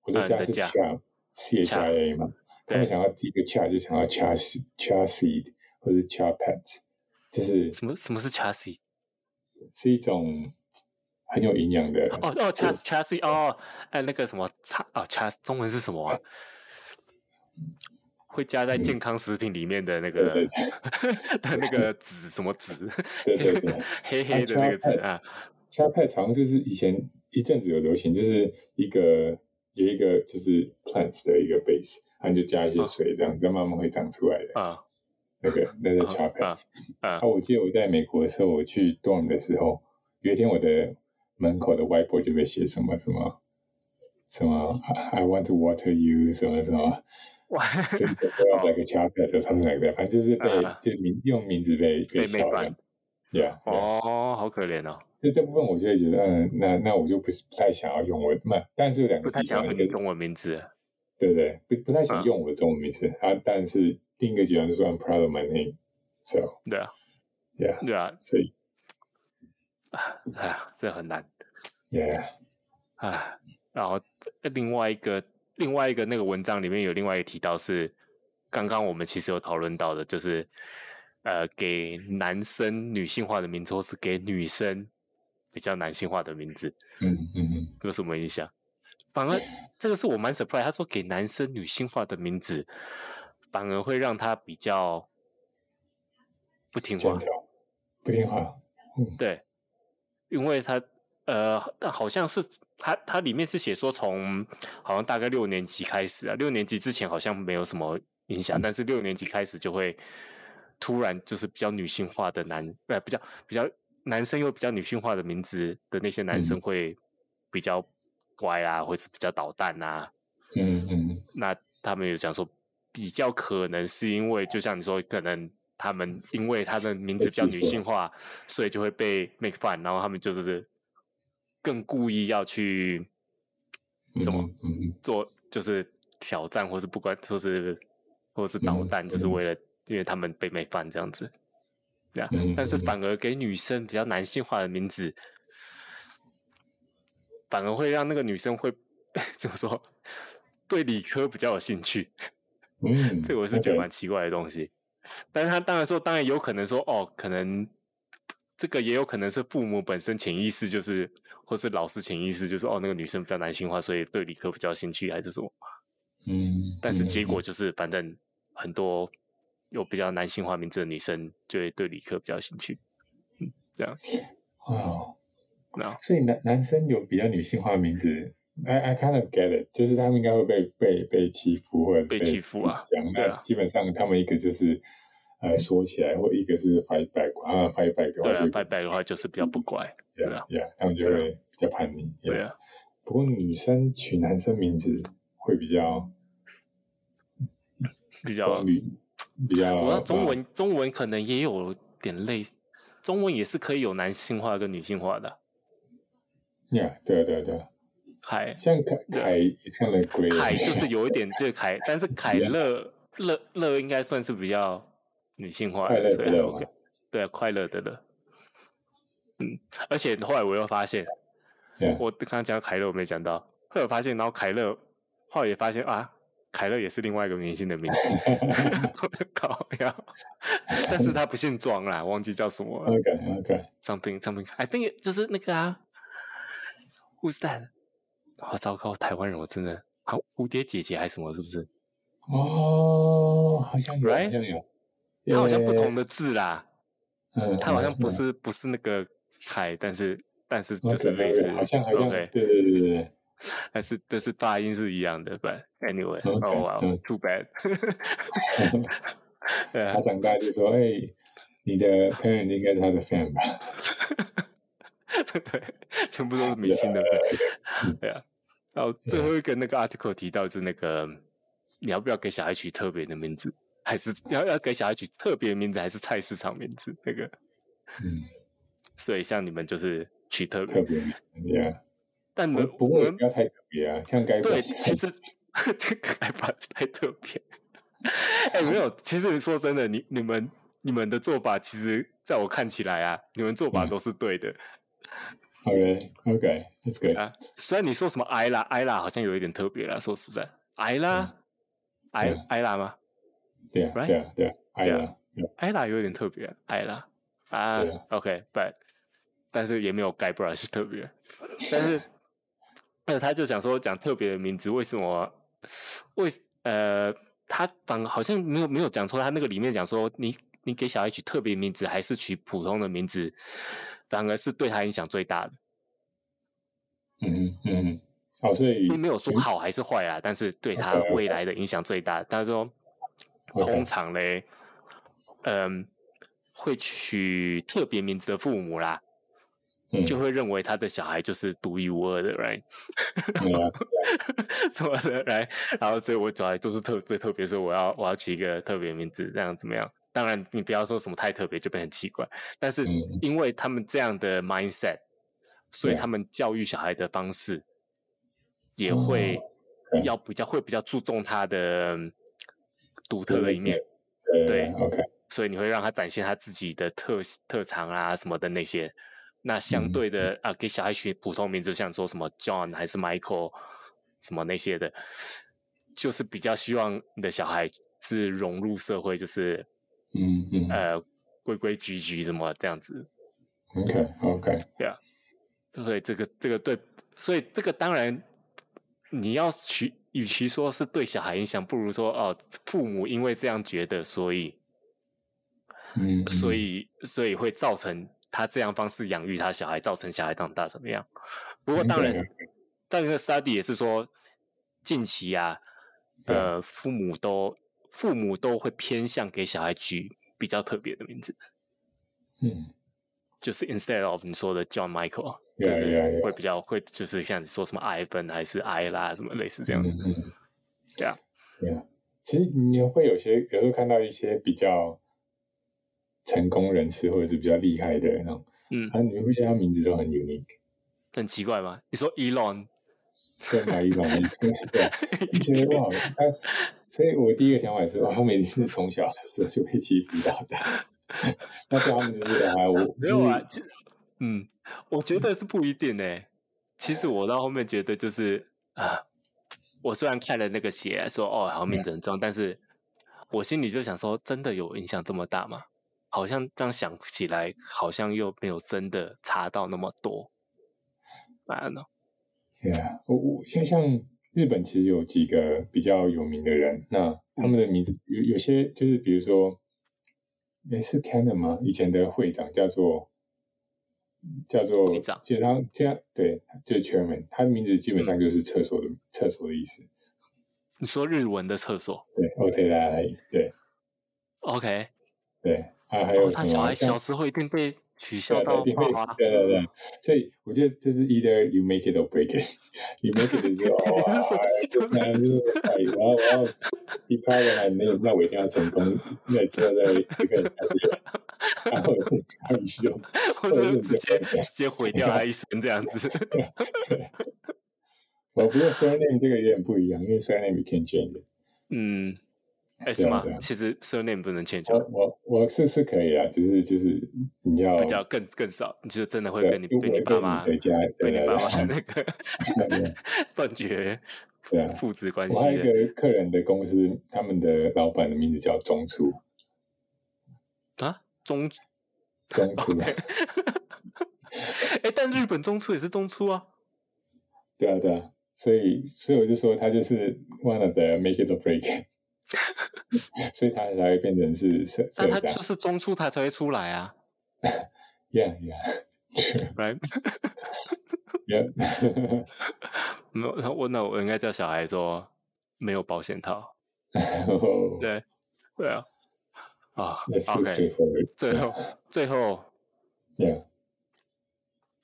Speaker 2: 我的
Speaker 1: 嗯
Speaker 2: 家
Speaker 1: 你的
Speaker 2: 是
Speaker 1: 家
Speaker 2: cha c h i a 嘛，他
Speaker 1: 对
Speaker 2: 们想要第一个 cha 就想要 cha cha seed 或者 cha pets，就是
Speaker 1: 什么什么是 chassis？
Speaker 2: 是一种很有营养的
Speaker 1: 哦哦，chassis chassis 哦，哎那个什么叉哦 chas 中文是什么啊？会加在健康食品里面的那个
Speaker 2: 对
Speaker 1: 的那个籽什么籽，
Speaker 2: 对对对。
Speaker 1: 黑黑的那个籽啊，
Speaker 2: 虾派好像就是以前一阵子有流行，就是一个有一个就是 plants 的一个 base，然后你就加一些水，这样子、慢慢会长出来的
Speaker 1: 啊
Speaker 2: 那个那个
Speaker 1: 啊
Speaker 2: c h a p
Speaker 1: 啊
Speaker 2: a t
Speaker 1: 啊
Speaker 2: 啊，我记得我在美国的时候，我去 dorm 的时候，有一天我的门口的 whiteboard 就被写什么什么什么 I I want to water you 什么什么。
Speaker 1: 哇，
Speaker 2: 这个 well like a c h a p a t or something like that，反正就是被、
Speaker 1: 啊
Speaker 2: 就名用名字被
Speaker 1: 被
Speaker 2: 被笑
Speaker 1: 被
Speaker 2: 了，yeah，yeah
Speaker 1: 哦，好可怜哦，
Speaker 2: 所以这部分我就会觉得，嗯，那那我就不是不太想要用我，那但是有两
Speaker 1: 不
Speaker 2: 个
Speaker 1: 太
Speaker 2: 地
Speaker 1: 想
Speaker 2: 方，
Speaker 1: 要
Speaker 2: 一
Speaker 1: 用嗯
Speaker 2: 个
Speaker 1: 中文名字
Speaker 2: 对不对？不不太想用我的中文名字啊，但是另一个集团就说 I'm proud of my name，so
Speaker 1: 对啊，
Speaker 2: yeah，
Speaker 1: 对啊，
Speaker 2: 所以
Speaker 1: 哎呀，这很难
Speaker 2: yeah，
Speaker 1: 啊。然后呃另外一个另外一个那个文章里面有另外一个提到是，刚刚我们其实有讨论到的，就是呃，给男生女性化的名字，或是给女生比较男性化的名字，
Speaker 2: 嗯嗯嗯，
Speaker 1: 有什么影响？反而这个是我蛮 surprise，他说给男生女性化的名字，反而会让他比较不听话
Speaker 2: 欠。操，哦不听话，
Speaker 1: 对，因为他呃，但好像是他他里面是写说从好像大概六年级开始啊，六年级之前好像没有什么影响，但是六年级开始就会突然就是比较女性化的男呃，比较比较男生又比较女性化的名字的那些男生会比较乖啊，或是比较捣蛋啊，
Speaker 2: 嗯嗯
Speaker 1: 那他们有讲说，比较可能是因为，就像你说，可能他们因为他的名字比较女性化，所以就会被 make fun，然后他们就是更故意要去
Speaker 2: 嗯，
Speaker 1: 怎么
Speaker 2: 嗯嗯嗯
Speaker 1: 做，就是挑战，或是不管，或是或是捣蛋，
Speaker 2: 嗯
Speaker 1: 就是为了因为他们被 make fun 这样子。对啊，但是
Speaker 2: 嗯嗯嗯
Speaker 1: 反而给女生比较男性化的名字，反而会让那个女生会 怎么说， 对理科比较有兴趣。
Speaker 2: 嗯，
Speaker 1: 这个我是觉得
Speaker 2: OK
Speaker 1: 蛮奇怪的东西。但是他当然说，当然有可能说，哦，可能这个也有可能是父母本身潜意识就是，或是老师潜意识就是，哦，那个女生比较男性化，所以对理科比较兴趣还是什么。
Speaker 2: 嗯，
Speaker 1: 但是
Speaker 2: 嗯
Speaker 1: 结果就是，反正很多有比较男性化名字的女生就会对理科比较有兴趣。
Speaker 2: 哦，
Speaker 1: 那
Speaker 2: 所以男男生有比较女性化的名字，I I kind of get it，就是他们应该会被被被欺负或者是
Speaker 1: 被欺负啊
Speaker 2: 讲
Speaker 1: 对
Speaker 2: 那
Speaker 1: 啊
Speaker 2: 基本上他们一个就是呃说起来，或一个是 fight back，啊 fight back 的
Speaker 1: 对
Speaker 2: 话
Speaker 1: 啊
Speaker 2: 就，
Speaker 1: 拜拜的话就是比较
Speaker 2: 嗯
Speaker 1: 不乖，对啊
Speaker 2: yeah，yeah，他们就会比较叛逆。
Speaker 1: 对
Speaker 2: yeah
Speaker 1: 啊，
Speaker 2: 不过女生取男生名字会比较
Speaker 1: 比较
Speaker 2: 功利，比较
Speaker 1: 我要
Speaker 2: 啊
Speaker 1: 中文，中文可能也有点类似，中文也是可以有男性化跟女性化的。
Speaker 2: ，yeah，对啊对啊对啊，
Speaker 1: 嗨，
Speaker 2: 像凯凯也唱了鬼，
Speaker 1: 啊凯 就是有一点对凯，但是凯乐乐乐应该算是比较女性化
Speaker 2: 快
Speaker 1: 的，
Speaker 2: 乐的
Speaker 1: 所以还
Speaker 2: 乐嘛
Speaker 1: OK，对啊快乐的乐。嗯，而且后来我又发现，
Speaker 2: Yeah
Speaker 1: 我刚刚讲到凯乐我没讲到，后来我发现，然后凯乐后来也发现啊，凯乐也是另外一个明星的名 字， 我靠呀！ 但是他不姓庄啦，忘记叫什么了。
Speaker 2: OK OK，
Speaker 1: something something。I think it- 就是那个啊，Who's that？好、糟糕，台湾人我真的好蝴蝶姐姐还是什么？是不是？
Speaker 2: 哦，好像有，好
Speaker 1: Right？
Speaker 2: 像有，
Speaker 1: 它好像
Speaker 2: Yeah，
Speaker 1: 不同的字啦，
Speaker 2: 嗯，
Speaker 1: 它好像不
Speaker 2: 嗯
Speaker 1: 是不是那个凯，但是但是
Speaker 2: 嗯
Speaker 1: 就是类似
Speaker 2: 好像好像，对
Speaker 1: OK，
Speaker 2: 对对对对，
Speaker 1: 但是但是发音是一样的，But anyway，
Speaker 2: OK，
Speaker 1: 哦哇
Speaker 2: 嗯
Speaker 1: ，too bad。对啊
Speaker 2: 他长大就说：“哎、你的 parent 应该是他的 fan 吧
Speaker 1: 对，全部都是明星的人， 对啊。然后最后一个那个 article 提到是那个，你要不要给小孩取特别的名字，还是要要给小孩取特别的名字，还是菜市场名字？那个，？”
Speaker 2: 嗯，
Speaker 1: 所以像你们就是取特
Speaker 2: 特
Speaker 1: 别，
Speaker 2: 别，Yeah。
Speaker 1: 但你
Speaker 2: 不
Speaker 1: 们
Speaker 2: 不
Speaker 1: 我
Speaker 2: 过也
Speaker 1: 们
Speaker 2: 不要太特别啊，像该表
Speaker 1: 对，
Speaker 2: 现
Speaker 1: 其实 这个还不太特别。哎、没有，其实说真的，你你们你们的做法，其实在我看起来啊，你们做法
Speaker 2: 嗯
Speaker 1: 都是对的。
Speaker 2: OK OK，That's good。
Speaker 1: 啊，虽然你说什么埃拉，埃拉好像有一点特别啦，说实在，埃拉，埃
Speaker 2: 嗯
Speaker 1: 埃拉吗？
Speaker 2: 对啊
Speaker 1: Right？
Speaker 2: 对啊对啊，哎呀，
Speaker 1: 埃拉有点特别，埃拉啊
Speaker 2: 对啊
Speaker 1: ，OK，but，但是也没有盖布拉是特别，但是，那他就想说讲特别的名字，为什么？为呃，他反而好像没有没有讲错，他那个里面讲说你你给小孩取特别名字还是取普通的名字，反而是对他影响最大的。
Speaker 2: 嗯嗯嗯，哦，所以
Speaker 1: 并没有说好还是坏啦，但是对他
Speaker 2: OK，OK
Speaker 1: 未来的影响最大。他说，
Speaker 2: OK
Speaker 1: 通常嘞，嗯，会取特别名字的父母啦，
Speaker 2: 嗯，
Speaker 1: 就会认为他的小孩就是独一无二的，right？
Speaker 2: 对啊，
Speaker 1: 什么的，right？然后所以我小孩都是特最特别，所以我要我要取一个特别名字，这样怎么样？当然，你不要说什么太特别，就变很奇怪。但是
Speaker 2: 嗯
Speaker 1: 因为他们这样的 mindset，所以
Speaker 2: 对啊
Speaker 1: 他们教育小孩的方式也会
Speaker 2: 嗯
Speaker 1: 要比较会比较注重它的嗯独特的一面，
Speaker 2: 对
Speaker 1: 对
Speaker 2: ，OK，
Speaker 1: 所以你会让他展现他自己的特特长啊什么的那些。那相
Speaker 2: 嗯
Speaker 1: 对的、啊，给小孩取普通名字，就像说什么 John 还是 Michael 什么那些的，就是比较希望你的小孩是融入社会，就是
Speaker 2: 嗯嗯
Speaker 1: 呃规规矩矩什么这样子。
Speaker 2: ，OK OK，
Speaker 1: 对，这个这个对，所以这个当然你要取，与其说是对小孩影响，不如说哦，父母因为这样觉得，所以
Speaker 2: 嗯，嗯
Speaker 1: 所以所以会造成他这样方式养育他小孩，造成小孩长大怎么样？不过当然
Speaker 2: 嗯，
Speaker 1: 但是 study 也是说，近期啊，
Speaker 2: 对
Speaker 1: 呃，父母都父母都会偏向给小孩取比较特别的名字，
Speaker 2: 嗯
Speaker 1: 就是 instead of 你说的 John Michael，
Speaker 2: Yeah,
Speaker 1: 就是
Speaker 2: yeah, yeah.
Speaker 1: 会比较会就是像你说什么 Ivan 还是 I 啦，什么类似这样
Speaker 2: 嗯
Speaker 1: 的，
Speaker 2: 嗯嗯
Speaker 1: 对啊，
Speaker 2: 对啊，其实你会有些有时候看到一些比较成功人士或者是比较厉害的那种，
Speaker 1: 嗯，
Speaker 2: 啊，你会觉得他名字都很 unique，
Speaker 1: 很奇怪吗？你说 Elon，
Speaker 2: 对哪一种名字？对啊，你觉得哇，他，所以我第一个想法是，哇，他们一定是从小的时候就被欺负到大， 那这样他们就是啊，我
Speaker 1: 没有啊，，其实嗯，我觉得是不一定呢、欸其实我到后面觉得就是啊，我虽然看了那个写说哦，好像
Speaker 2: 嗯
Speaker 1: 名字很重，但是我心里就想说，真的有影响这么大吗？好像这样想起来，好像又没有真的差到那么多。I don't know
Speaker 2: 对啊，我我像像日本其实有几个比较有名的人，那他们的名字有有些就是比如说，诶是 Canon 吗？以前的会长叫做叫做
Speaker 1: 会长嗯
Speaker 2: 基本上这样对，就是 Chairman，他的名字基本上就是厕所的、厕所的意思。
Speaker 1: 你说日文的厕所
Speaker 2: 对，OK 啦，对
Speaker 1: ，OK，
Speaker 2: 对，啊还
Speaker 1: 然
Speaker 2: 有
Speaker 1: 后
Speaker 2: 什
Speaker 1: 他
Speaker 2: 么？
Speaker 1: 小孩
Speaker 2: 像
Speaker 1: 小时候一定被取
Speaker 2: 对
Speaker 1: 笑
Speaker 2: 啊对
Speaker 1: 到
Speaker 2: 啊对
Speaker 1: 爆
Speaker 2: 啊
Speaker 1: 啊！
Speaker 2: 对啊对啊， 所以我觉得这是 either you make it or break it。you make it 的时候，
Speaker 1: 你是什 么
Speaker 2: 哇，就是那样，就是哎，我要我要 be proud of my name，那我一定要成功，那之后再再跟人家比，然后是很凶，
Speaker 1: 或者直接直接毁掉他一生这样子。
Speaker 2: 我不过 surname 这个有点不一样，因为 surname you can change。
Speaker 1: 嗯，哎，
Speaker 2: 对
Speaker 1: 是
Speaker 2: 啊
Speaker 1: 吗
Speaker 2: 对啊？
Speaker 1: 其实 surname 不能 change，
Speaker 2: 我我我是是可以啊，只是就是你要
Speaker 1: 比较更更少，你就真的会
Speaker 2: 哦对
Speaker 1: 跟你
Speaker 2: 因为
Speaker 1: 被你爸妈
Speaker 2: 对家
Speaker 1: 被
Speaker 2: 对
Speaker 1: 你
Speaker 2: 对
Speaker 1: 爸妈
Speaker 2: 对
Speaker 1: 那个
Speaker 2: 对对
Speaker 1: 断绝
Speaker 2: 对啊
Speaker 1: 父子关
Speaker 2: 我
Speaker 1: 系
Speaker 2: 还有
Speaker 1: 的
Speaker 2: 一个客人的公司，他们的老板的名字叫中出，
Speaker 1: 啊中，
Speaker 2: 中出，
Speaker 1: 哎，但日本中出也是中出啊，
Speaker 2: 对啊对啊，所以所以我就说他就是 one of the make it or break，it 所以他才会变成是社社
Speaker 1: 但他
Speaker 2: 长
Speaker 1: 就是中出他才会出来 啊
Speaker 2: ，yeah yeah
Speaker 1: ，right？
Speaker 2: yeah，
Speaker 1: 没有，那我那我应该叫小孩说没有保险套，
Speaker 2: 对
Speaker 1: 对对啊，啊
Speaker 2: ，that's so
Speaker 1: ，OK，
Speaker 2: straightforward，
Speaker 1: 最后最后
Speaker 2: ，yeah，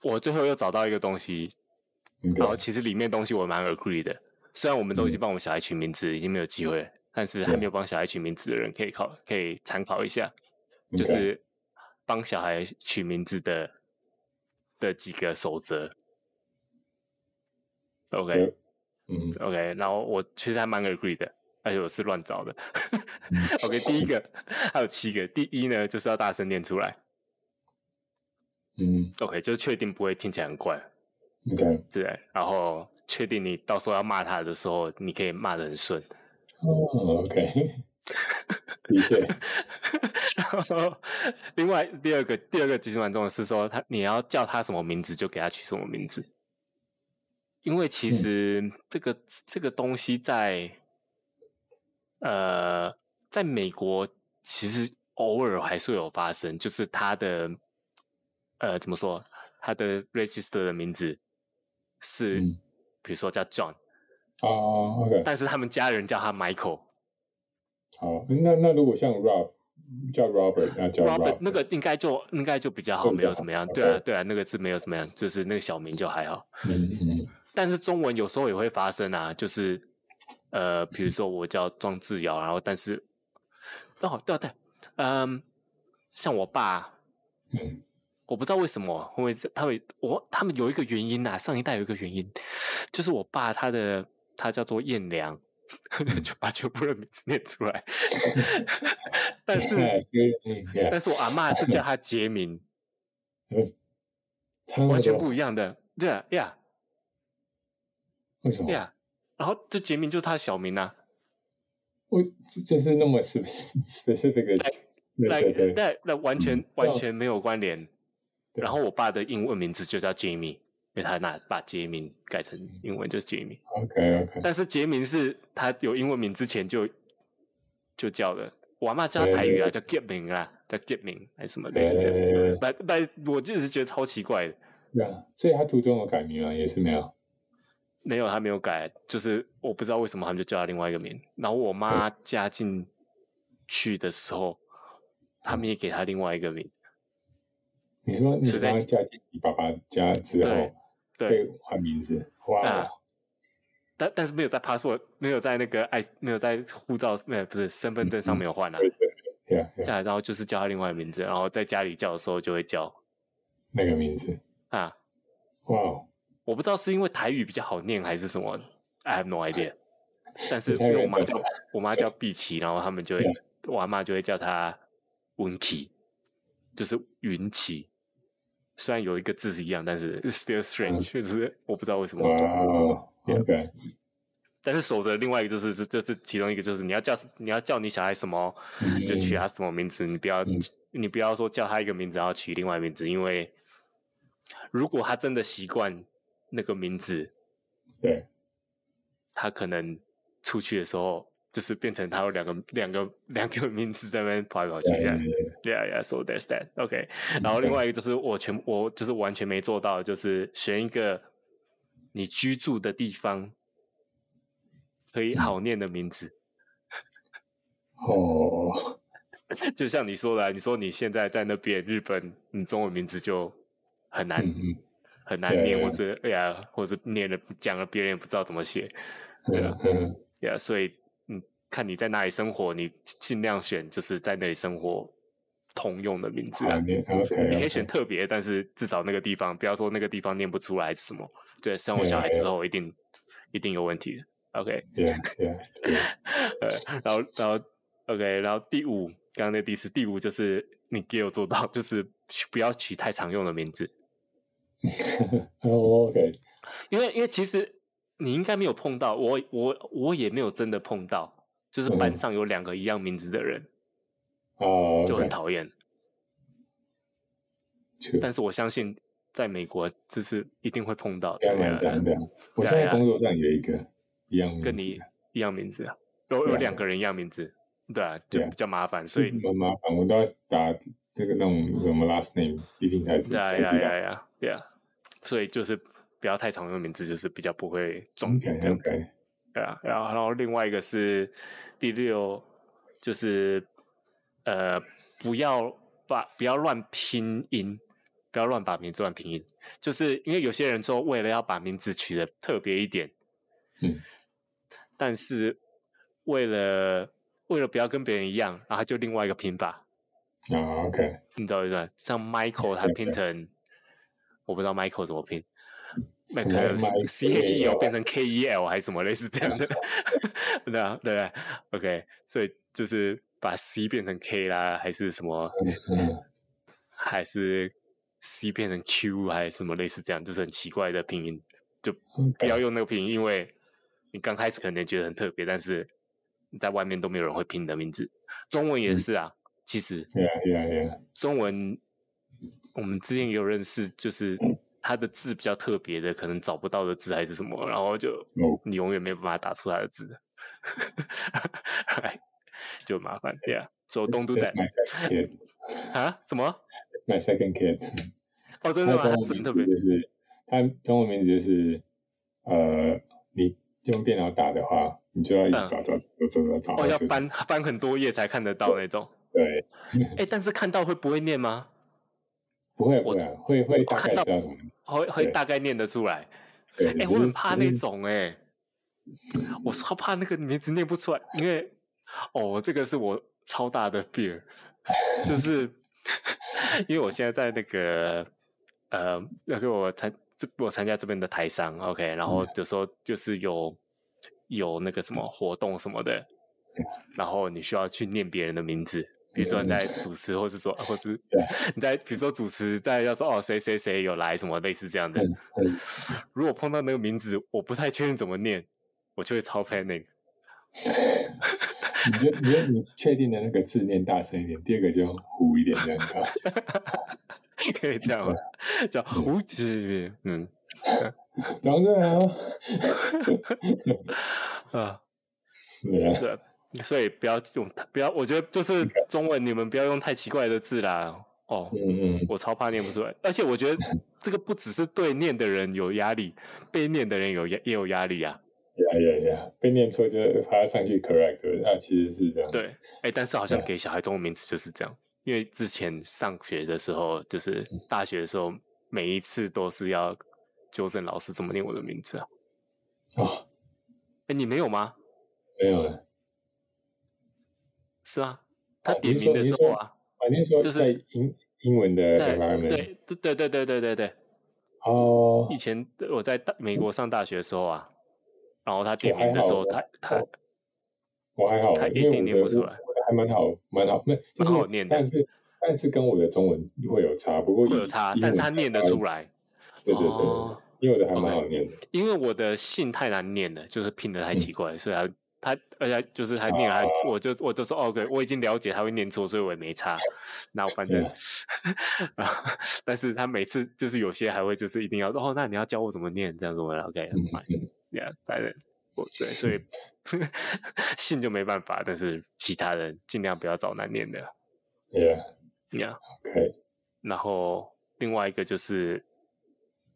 Speaker 1: 我最后又找到一个东西，
Speaker 2: 应
Speaker 1: 然后
Speaker 2: 该
Speaker 1: 其实里面东西我蛮 agree 的，虽然我们都已经帮我们小孩取名字，已经没有机会了，但是还没有帮小孩取名字的人可以考，可以参考一下，就
Speaker 2: OK
Speaker 1: 是帮小孩取名字的的几个守则。OK
Speaker 2: 嗯
Speaker 1: OK，然后我其实还蛮 agree 的，而且我是乱找的。OK，第
Speaker 2: 嗯
Speaker 1: 一个还有七个，第一呢就是要大声念出来
Speaker 2: 嗯
Speaker 1: ，OK，就是确定不会听起来很怪。
Speaker 2: ，OK，
Speaker 1: 对，然后确定你到时候要骂他的时候，你可以骂的很顺。
Speaker 2: 哦，OK，的确，
Speaker 1: 然后另外第二个第二个其实蛮重要的是说他你要叫他什么名字就给他取什么名字，因为其
Speaker 2: 嗯
Speaker 1: 实这个、这个东西在呃在美国其实偶尔还是会有发生，就是他的呃怎么说他的 register 的名字是、
Speaker 2: 嗯
Speaker 1: 比如说叫 John，
Speaker 2: 哦，OK，
Speaker 1: 但是他们家人叫他 Michael。
Speaker 2: 好，那那如果像 Rob 叫 Robert，那叫
Speaker 1: Robert
Speaker 2: Rob，
Speaker 1: 那个应该就应该就比较好，
Speaker 2: 会比
Speaker 1: 没有
Speaker 2: 较
Speaker 1: 怎
Speaker 2: 好
Speaker 1: 么样。
Speaker 2: ，OK
Speaker 1: 对啊，对啊，那个字没有怎么样，就是那个小名就还好。
Speaker 2: 嗯嗯
Speaker 1: 但是中文有时候也会发生啊，就是呃，比如说我叫庄志尧，然后但是哦，对啊对啊，嗯，像我爸，
Speaker 2: 嗯
Speaker 1: 我不知道为什么会这他们我他们有一个原因呐、啊，上一代有一个原因，就是我爸他的他叫做燕良， 就把全部的名字念出 来。但是，
Speaker 2: 哎
Speaker 1: 但是我阿嬷是叫他杰 明，
Speaker 2: 哦
Speaker 1: 完全不一样的。对啊呀，
Speaker 2: 为什么？
Speaker 1: 呀，然后这杰明就是他的小名啊。
Speaker 2: 我这这是那么 specific 的，
Speaker 1: 那
Speaker 2: 对对对，
Speaker 1: 那那完全、
Speaker 2: 嗯
Speaker 1: 完全没有关联。
Speaker 2: 对
Speaker 1: 然后我爸的英文名字就叫 Jamie，因为他拿把杰明改成英文就是 Jamie，
Speaker 2: OK OK，
Speaker 1: 但是杰明是他有英文名之前就就叫的，我阿妈叫他台语啊，叫 Get 明啊，叫 Get 明还是什么类似这样。
Speaker 2: 呃，
Speaker 1: 但但我就是觉得超奇怪的，
Speaker 2: 对啊，所以他途中有改名吗？也是没有。
Speaker 1: 没有他没有改，就是我不知道为什么他们就叫他另外一个名。然后我妈嫁进去的时候，他们也给他另外一个名，
Speaker 2: 你说你
Speaker 1: 是在
Speaker 2: 刚嫁进你爸爸家之后
Speaker 1: 对对，
Speaker 2: 被换名字，哇哦
Speaker 1: 啊，但但是没有在 passport，没有在那个爱，没有在护照，没有不是身份证上没有换啊。
Speaker 2: 对对对啊，对啊
Speaker 1: 对啊，然后就是叫他另外的名字，然后在家里叫的时候就会叫
Speaker 2: 那个名字，
Speaker 1: 啊。
Speaker 2: 哇哦，
Speaker 1: 我不知道是因为台语比较好念还是什么，I have no idea。但是
Speaker 2: 你
Speaker 1: 因
Speaker 2: 太远
Speaker 1: 为我妈
Speaker 2: 了
Speaker 1: 叫我妈叫碧琪，然后他们就会
Speaker 2: 对
Speaker 1: 我阿妈就会叫她文琪，就是云琪。虽然有一个字是一样，但是 it's still strange，就是
Speaker 2: 嗯
Speaker 1: 我不知道为什么
Speaker 2: 哇。哦，OK，
Speaker 1: 但是守着另外一个就是这这这其中一个就是你要叫你要叫你小孩什么
Speaker 2: 嗯
Speaker 1: 就取他啊什么名字，你不要、
Speaker 2: 嗯
Speaker 1: 你不要说叫他一个名字然后取另外名字，因为如果他真的习惯那个名字，
Speaker 2: 嗯对，
Speaker 1: 他可能出去的时候就是变成他有两个两个两个名字在那边跑来跑去
Speaker 2: 对啊
Speaker 1: 这样。
Speaker 2: 对
Speaker 1: Yeah, yeah. So there's that. OK. 啊 然后另外一个就是我全我就是完全没做到，就是选一个你居住的地方可以好念的名字，
Speaker 2: 哦，
Speaker 1: 就像你说的啊，你说你现在在那边日本，你中文名字就很难、
Speaker 2: 嗯嗯
Speaker 1: 很难
Speaker 2: Yeah,
Speaker 1: 念，
Speaker 2: yeah.
Speaker 1: 或者哎呀，或者念了讲了别人也不知道怎么写。 对啊
Speaker 2: 嗯嗯，
Speaker 1: Yeah，所以嗯，看你在哪里生活，你尽量选就是在那里生活通用的名字啊
Speaker 2: 嗯好。念，OK，
Speaker 1: 你可以选特别，但是至少那个地方，不要说那个地方念不出来是什么。对，生我小孩之后，一定一定有问题的。OK，
Speaker 2: ，Yeah Yeah，
Speaker 1: 呃，然后然后 OK，然后第五，刚刚那第四，第五就是你给我做到，就是不要取太常用的名字，
Speaker 2: 哦，OK，
Speaker 1: 因为因为其实你应该没有碰到，我我我也没有真的碰到，就是班
Speaker 2: 嗯
Speaker 1: 上有两个一样名字的人，
Speaker 2: 哦
Speaker 1: 就很
Speaker 2: ，OK，
Speaker 1: 讨厌。
Speaker 2: 去。
Speaker 1: 但是我相信，在美国就是一定会碰到的
Speaker 2: 应该蛮
Speaker 1: 呃
Speaker 2: 长的。我现在工作上有一个一样名字
Speaker 1: 啊跟你一样名字啊，有有
Speaker 2: 对啊
Speaker 1: 两个人一样名字，对啊，就
Speaker 2: 对啊
Speaker 1: 比较麻烦，所以
Speaker 2: 蛮麻烦，我都要打这个那种什么 last name，一定才知
Speaker 1: 对啊
Speaker 2: 才
Speaker 1: 呀
Speaker 2: 知道。
Speaker 1: 呀呀呀，所以就是不要太常用名字，就是比较不会撞点啊这
Speaker 2: OK
Speaker 1: 样子，
Speaker 2: OK，
Speaker 1: 对啊。然后然后另外一个是第六，就是呃，不要把不要乱拼音。不要乱把名字乱拼音，就是因为有些人说为了要把名字取得特别一点，
Speaker 2: 嗯，
Speaker 1: 但是为了为了不要跟别人一样，然后他就另外一个拼法，
Speaker 2: 啊 OK，
Speaker 1: 你知道不知道？像 Michael 他拼成，我不知道 Michael 怎么拼，那可能
Speaker 2: 什么啊
Speaker 1: C H E L 变成 K E L 还是什么类似这样的， 对啊对啊，OK，所以就是把 C 变成 K 啦，还是什么，
Speaker 2: 嗯，
Speaker 1: 还是 C 变成 Q 还是什么类似这样，就是很奇怪的拼音，就不要用那个拼音，因为你刚开始可能觉得很特别，但是你在外面都没有人会拼你的名字。中文
Speaker 2: 嗯
Speaker 1: 也是啊，其实
Speaker 2: Yeah Yeah Yeah，
Speaker 1: 中文我们之前也有认识，就是它的字比较特别的，可能找不到的字还是什么，然后就
Speaker 2: 哦
Speaker 1: 你永远没有办法打出它的字， 就麻烦对啊。So don't do
Speaker 2: ，That's
Speaker 1: that
Speaker 2: my second kid，
Speaker 1: 啊？什么？
Speaker 2: my second kid。
Speaker 1: 哦，真的
Speaker 2: 他
Speaker 1: 吗？它
Speaker 2: 中文
Speaker 1: 真
Speaker 2: 名
Speaker 1: 的特别
Speaker 2: 字就是他中文名字就是呃，你用电脑打的话，你就要一直找找找找找
Speaker 1: 嗯哦，
Speaker 2: 找
Speaker 1: 要
Speaker 2: 出。
Speaker 1: 翻翻很多页才看得到那种。
Speaker 2: 对，
Speaker 1: 哎、但是看到会不会念吗？
Speaker 2: 不会不会会会大概知道什么。
Speaker 1: 会会
Speaker 2: 对
Speaker 1: 大概念得出来。
Speaker 2: 对，
Speaker 1: 哎、我很怕那种哎、我超怕那个名字念不出来，因为哦，这个是我超大的 fear，就是因为我现在在那个呃，那个我参这我参加这边的台商，OK，然后有时候就是有有那个什么活动什么的，然后你需要去念别人的名字，比如说你在主持，或是说，或是你在比如说主持在要说哦谁谁谁有来什么类似这样的
Speaker 2: 嗯，嗯
Speaker 1: 如果碰到那个名字我不太确定怎么念，我就会超 panic。
Speaker 2: 你就你就你确定的那个字念大声一点，第二个就糊一点这样子啊。
Speaker 1: 可以这样吗？叫无极，嗯
Speaker 2: 然后再来啊，
Speaker 1: 啊，
Speaker 2: 对啊，
Speaker 1: 对，所以不要用太，不要，我觉得就是中文，你们不要用太奇怪的字啦。哦，
Speaker 2: 嗯嗯，
Speaker 1: 我超怕念不出来，而且我觉得这个不只是对念的人有压力，被念的人有压也有压力啊。
Speaker 2: 呀呀呀，被念错就是还要上去 correct，对不对啊，其实是这样。
Speaker 1: 对，哎，但是好像给小孩中文名字就是这样，因为之前上学的时候，就是大学的时候，每一次都是要纠正老师怎么念我的名字啊。
Speaker 2: 哦，
Speaker 1: 哎，你没有吗？
Speaker 2: 没有了。
Speaker 1: 是啊，他
Speaker 2: 哦
Speaker 1: 点
Speaker 2: 您
Speaker 1: 名的
Speaker 2: 说您
Speaker 1: 时候
Speaker 2: 说
Speaker 1: 啊。
Speaker 2: 反正说
Speaker 1: 就是
Speaker 2: 在英英文的
Speaker 1: 在
Speaker 2: environment，
Speaker 1: 对对对对对对对对，
Speaker 2: 哦
Speaker 1: 以，前我在大美国上大学的时候啊，然后他点
Speaker 2: 我还
Speaker 1: 名的时
Speaker 2: 好
Speaker 1: 候，
Speaker 2: 我
Speaker 1: 他他
Speaker 2: 我我还好
Speaker 1: 他，一
Speaker 2: 因为
Speaker 1: 定
Speaker 2: 我
Speaker 1: 念
Speaker 2: 的
Speaker 1: 不出来
Speaker 2: 我的还蛮好，蛮好，没就
Speaker 1: 蛮
Speaker 2: 是
Speaker 1: 好念的
Speaker 2: 但是但是跟我的中文会有差，不过
Speaker 1: 会有
Speaker 2: 以
Speaker 1: 差，
Speaker 2: 英
Speaker 1: 但是
Speaker 2: 文
Speaker 1: 他念得
Speaker 2: 差
Speaker 1: 出来，
Speaker 2: 对对对，
Speaker 1: 哦
Speaker 2: 因为我的还蛮好念的，
Speaker 1: 因为我的姓太难念了，就是拼的
Speaker 2: 嗯
Speaker 1: 太奇怪了，所以他他而且就是他念
Speaker 2: 啊
Speaker 1: 还我就我就说哦，对，我已经了解他会念错，所以我也没差。那我反正
Speaker 2: 对，
Speaker 1: 然后但是他每次就是有些还会就是一定要哦，那你要教我怎么念这样子，我 OK
Speaker 2: 嗯
Speaker 1: fine。
Speaker 2: 嗯，
Speaker 1: 呀，反正我对，所 以 信就没办法，但是其他人尽量不要找难念的
Speaker 2: ，Yeah，OK，
Speaker 1: 呀。然后另外一个就是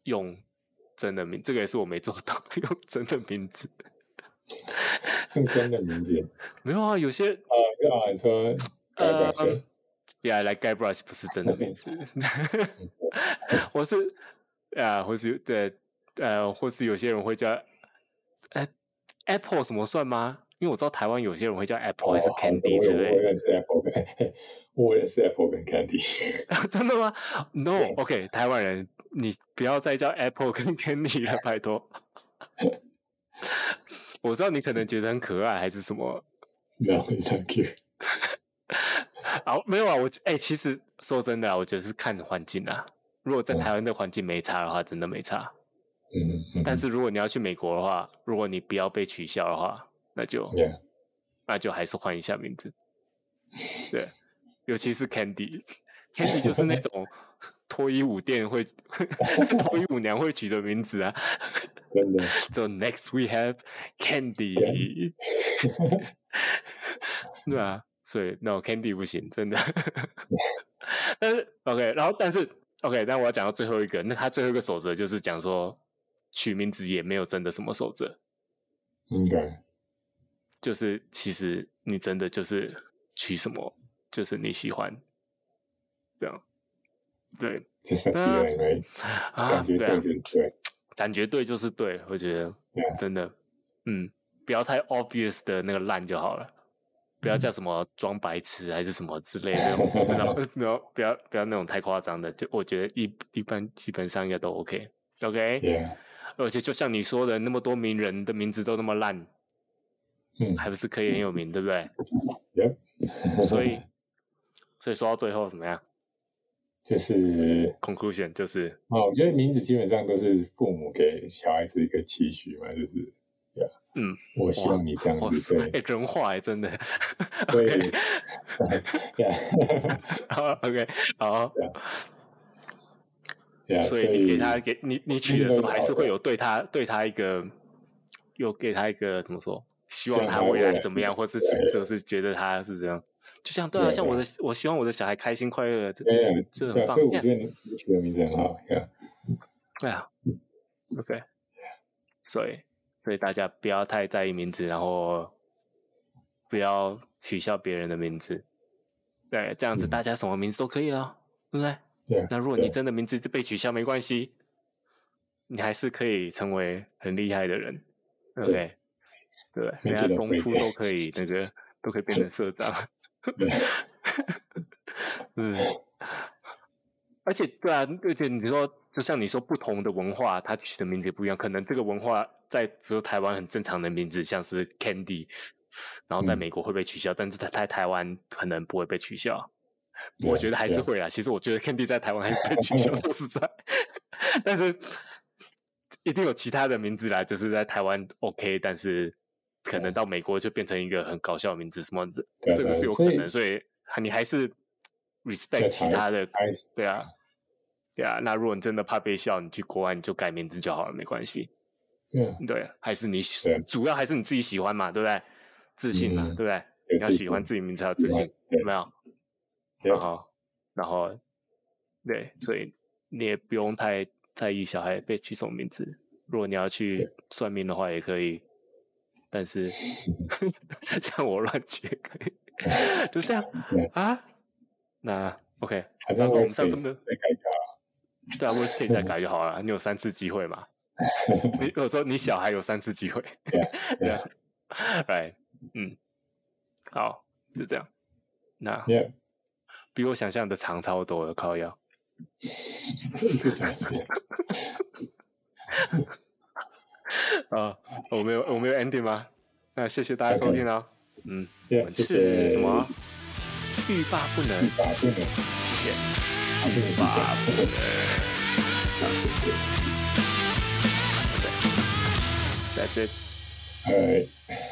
Speaker 1: 用真的名，这个也是我没做到，用真的名字。
Speaker 2: 用真的名字
Speaker 1: 没有啊，有些
Speaker 2: 啊啊，你说改
Speaker 1: 呃
Speaker 2: 改的，
Speaker 1: 呀，来 Guy Brush 不是真的 名字，我是啊、或是对呃，或是有些人会叫呃 Apple 什么算吗？因为我知道台湾有些人会叫 Apple 还是
Speaker 2: 哦好
Speaker 1: Candy
Speaker 2: 我
Speaker 1: 之
Speaker 2: 有
Speaker 1: 类
Speaker 2: 我
Speaker 1: 的。
Speaker 2: 认识 Apple 跟，我认识 Apple 跟 Candy，
Speaker 1: 真的吗？No，OK，、台湾人，你不要再叫 Apple 跟 Candy 了，拜托。 我知道你可能觉得很可爱，还是什么？
Speaker 2: 然后 Thank you，
Speaker 1: 啊，没有啊，我哎、其实说真的啊，我觉得是看环境啊。如果在台湾的环境没差的话，真的没差。
Speaker 2: 嗯嗯
Speaker 1: 但是如果你要去美国的话，如果你不要被取消的话，那就
Speaker 2: ，Yeah，
Speaker 1: 那就还是换一下名字。对，尤其是 Candy，Candy 就是那种 脱衣舞店会 脱衣舞娘会取的名字啊。
Speaker 2: 真的，
Speaker 1: So next we have Candy，
Speaker 2: Candy
Speaker 1: 对啊，所以 no Candy 不行，真的。 但是 OK，然后但是 OK，但我要讲到最后一个，那他最后一个守则就是讲说取名字也没有真的什么守则，
Speaker 2: 应该
Speaker 1: 就是其实你真的就是取什么，就是你喜欢这样。对
Speaker 2: 就是
Speaker 1: 那
Speaker 2: feeling，right？
Speaker 1: 啊，
Speaker 2: 感觉
Speaker 1: 对
Speaker 2: 对
Speaker 1: 啊，
Speaker 2: 就是对，
Speaker 1: 感觉对就是对，我觉得
Speaker 2: Yeah.
Speaker 1: 真的，嗯，不要太 obvious 的那个烂就好了，不要
Speaker 2: 嗯
Speaker 1: 叫什么装白痴还是什么之类的，
Speaker 2: 哦
Speaker 1: 然后 不要不要不要那种太夸张的，就我觉得一一般基本上应该都 OK。OK，、
Speaker 2: ，Yeah，
Speaker 1: 而且就像你说的，那么多名人的名字都那么烂，
Speaker 2: 嗯
Speaker 1: 还不是可以很有名，对不对？
Speaker 2: ，Yep。
Speaker 1: 所 以，所以说到最后怎么样
Speaker 2: 就是
Speaker 1: ？Conclusion 就是
Speaker 2: 啊，我觉得名字基本上都是父母给小孩子一个期许嘛，就是呀，
Speaker 1: 嗯，
Speaker 2: 我希望你这样
Speaker 1: 哇
Speaker 2: 子，
Speaker 1: 塞，
Speaker 2: 对，
Speaker 1: 哎，人话哎，真的。
Speaker 2: 所以
Speaker 1: OK
Speaker 2: 呀
Speaker 1: 好 OK，好，
Speaker 2: 呀，
Speaker 1: 所
Speaker 2: 啊所
Speaker 1: 以你给他给你你取的时候，还是会
Speaker 2: 有
Speaker 1: 有对他对他一个有给他一个怎么说？希
Speaker 2: 希
Speaker 1: 望
Speaker 2: 望
Speaker 1: 他
Speaker 2: 他
Speaker 1: 未
Speaker 2: 未
Speaker 1: 来
Speaker 2: 来
Speaker 1: 怎么样，或是
Speaker 2: 对
Speaker 1: 就是觉得他是这样，就像对啊，
Speaker 2: 对
Speaker 1: 像我
Speaker 2: 对
Speaker 1: 的我希望我的小孩开心快乐，这
Speaker 2: 对呀
Speaker 1: 这
Speaker 2: 对
Speaker 1: 很
Speaker 2: 啊，
Speaker 1: 棒
Speaker 2: 所以我
Speaker 1: ，yeah
Speaker 2: 觉得你你取的名字很好呀，
Speaker 1: 对啊，OK，所以所以大家不要太在意名字，然后不要取笑别人的名字，对，这样子
Speaker 2: 嗯
Speaker 1: 大家什么名字都可以了，对不对？
Speaker 2: 对啊，
Speaker 1: 那如果你
Speaker 2: 对
Speaker 1: 真的名字被取消没关系，你还是可以成为很厉害的人，对不对
Speaker 2: 对？
Speaker 1: 对不对，
Speaker 2: Make
Speaker 1: 人家
Speaker 2: it a
Speaker 1: 中
Speaker 2: break
Speaker 1: 途都可以那个都可 以变成社长，嗯，而且对啊，而且你说，就像你说，不同的文化它取的名字不一样，可能这个文化在比如说台湾很正常的名字，像是 Candy，然后在
Speaker 2: 嗯
Speaker 1: 美国会被取消，但是它在台湾可能不会被取消。
Speaker 2: 对
Speaker 1: 我
Speaker 2: 啊
Speaker 1: 觉得还
Speaker 2: 对
Speaker 1: 是
Speaker 2: 啊
Speaker 1: 会啊，其实我觉得 Candy 在台湾还是被取 消， 说实在，但是一定有其他的名字啦，就是在台湾 OK，但是可能到美国就变成一个很搞笑的名字，什么的，
Speaker 2: 哦对啊
Speaker 1: 这
Speaker 2: 对
Speaker 1: 个
Speaker 2: 啊
Speaker 1: 是有
Speaker 2: 所
Speaker 1: 可
Speaker 2: 以
Speaker 1: 能，所以你还是 respect
Speaker 2: 要
Speaker 1: 其
Speaker 2: 查
Speaker 1: 他的
Speaker 2: 还是
Speaker 1: 对啊，对啊。那如果你真的怕被笑，你去国外你就改名字就好了，没关系。
Speaker 2: 对啊，
Speaker 1: 对啊，还是你喜
Speaker 2: 对啊
Speaker 1: 主要还是你自己喜欢嘛，对不对？自信嘛，
Speaker 2: 嗯
Speaker 1: 对不对？
Speaker 2: 也
Speaker 1: 你要
Speaker 2: 是
Speaker 1: 喜 欢自己名字，要有
Speaker 2: 喜
Speaker 1: 自信
Speaker 2: 欢，对
Speaker 1: 有没有？
Speaker 2: 对啊
Speaker 1: 然后，然后，对，所以你也不用太在意小孩被取什么名字。如果你要去算命的话，也可以，但是 像我乱取也可以，就这样
Speaker 2: 对
Speaker 1: 啊。那 OK，
Speaker 2: 反
Speaker 1: 然
Speaker 2: 正
Speaker 1: 后我们上次
Speaker 2: 再
Speaker 1: 没有
Speaker 2: 改掉啊，
Speaker 1: 对啊，worst case 再改就好了。你有三次机会嘛？你我说你小孩有三次机会，对
Speaker 2: 对
Speaker 1: 啊
Speaker 2: 啊，
Speaker 1: 哎，嗯，好，就这样。那
Speaker 2: Yeah，
Speaker 1: 比我想象的长超多了，靠腰。
Speaker 2: 一个 小时，
Speaker 1: 啊，我们有我们有 ending 吗？那谢谢大家收听哦。嗯，我
Speaker 2: Yeah，
Speaker 1: 们
Speaker 2: 谢
Speaker 1: 是
Speaker 2: 谢
Speaker 1: 什么？欲罢不能
Speaker 2: 把这个
Speaker 1: ，yes，
Speaker 2: 把这个
Speaker 1: 欲罢
Speaker 2: 讲
Speaker 1: 不能。That's it.
Speaker 2: All right.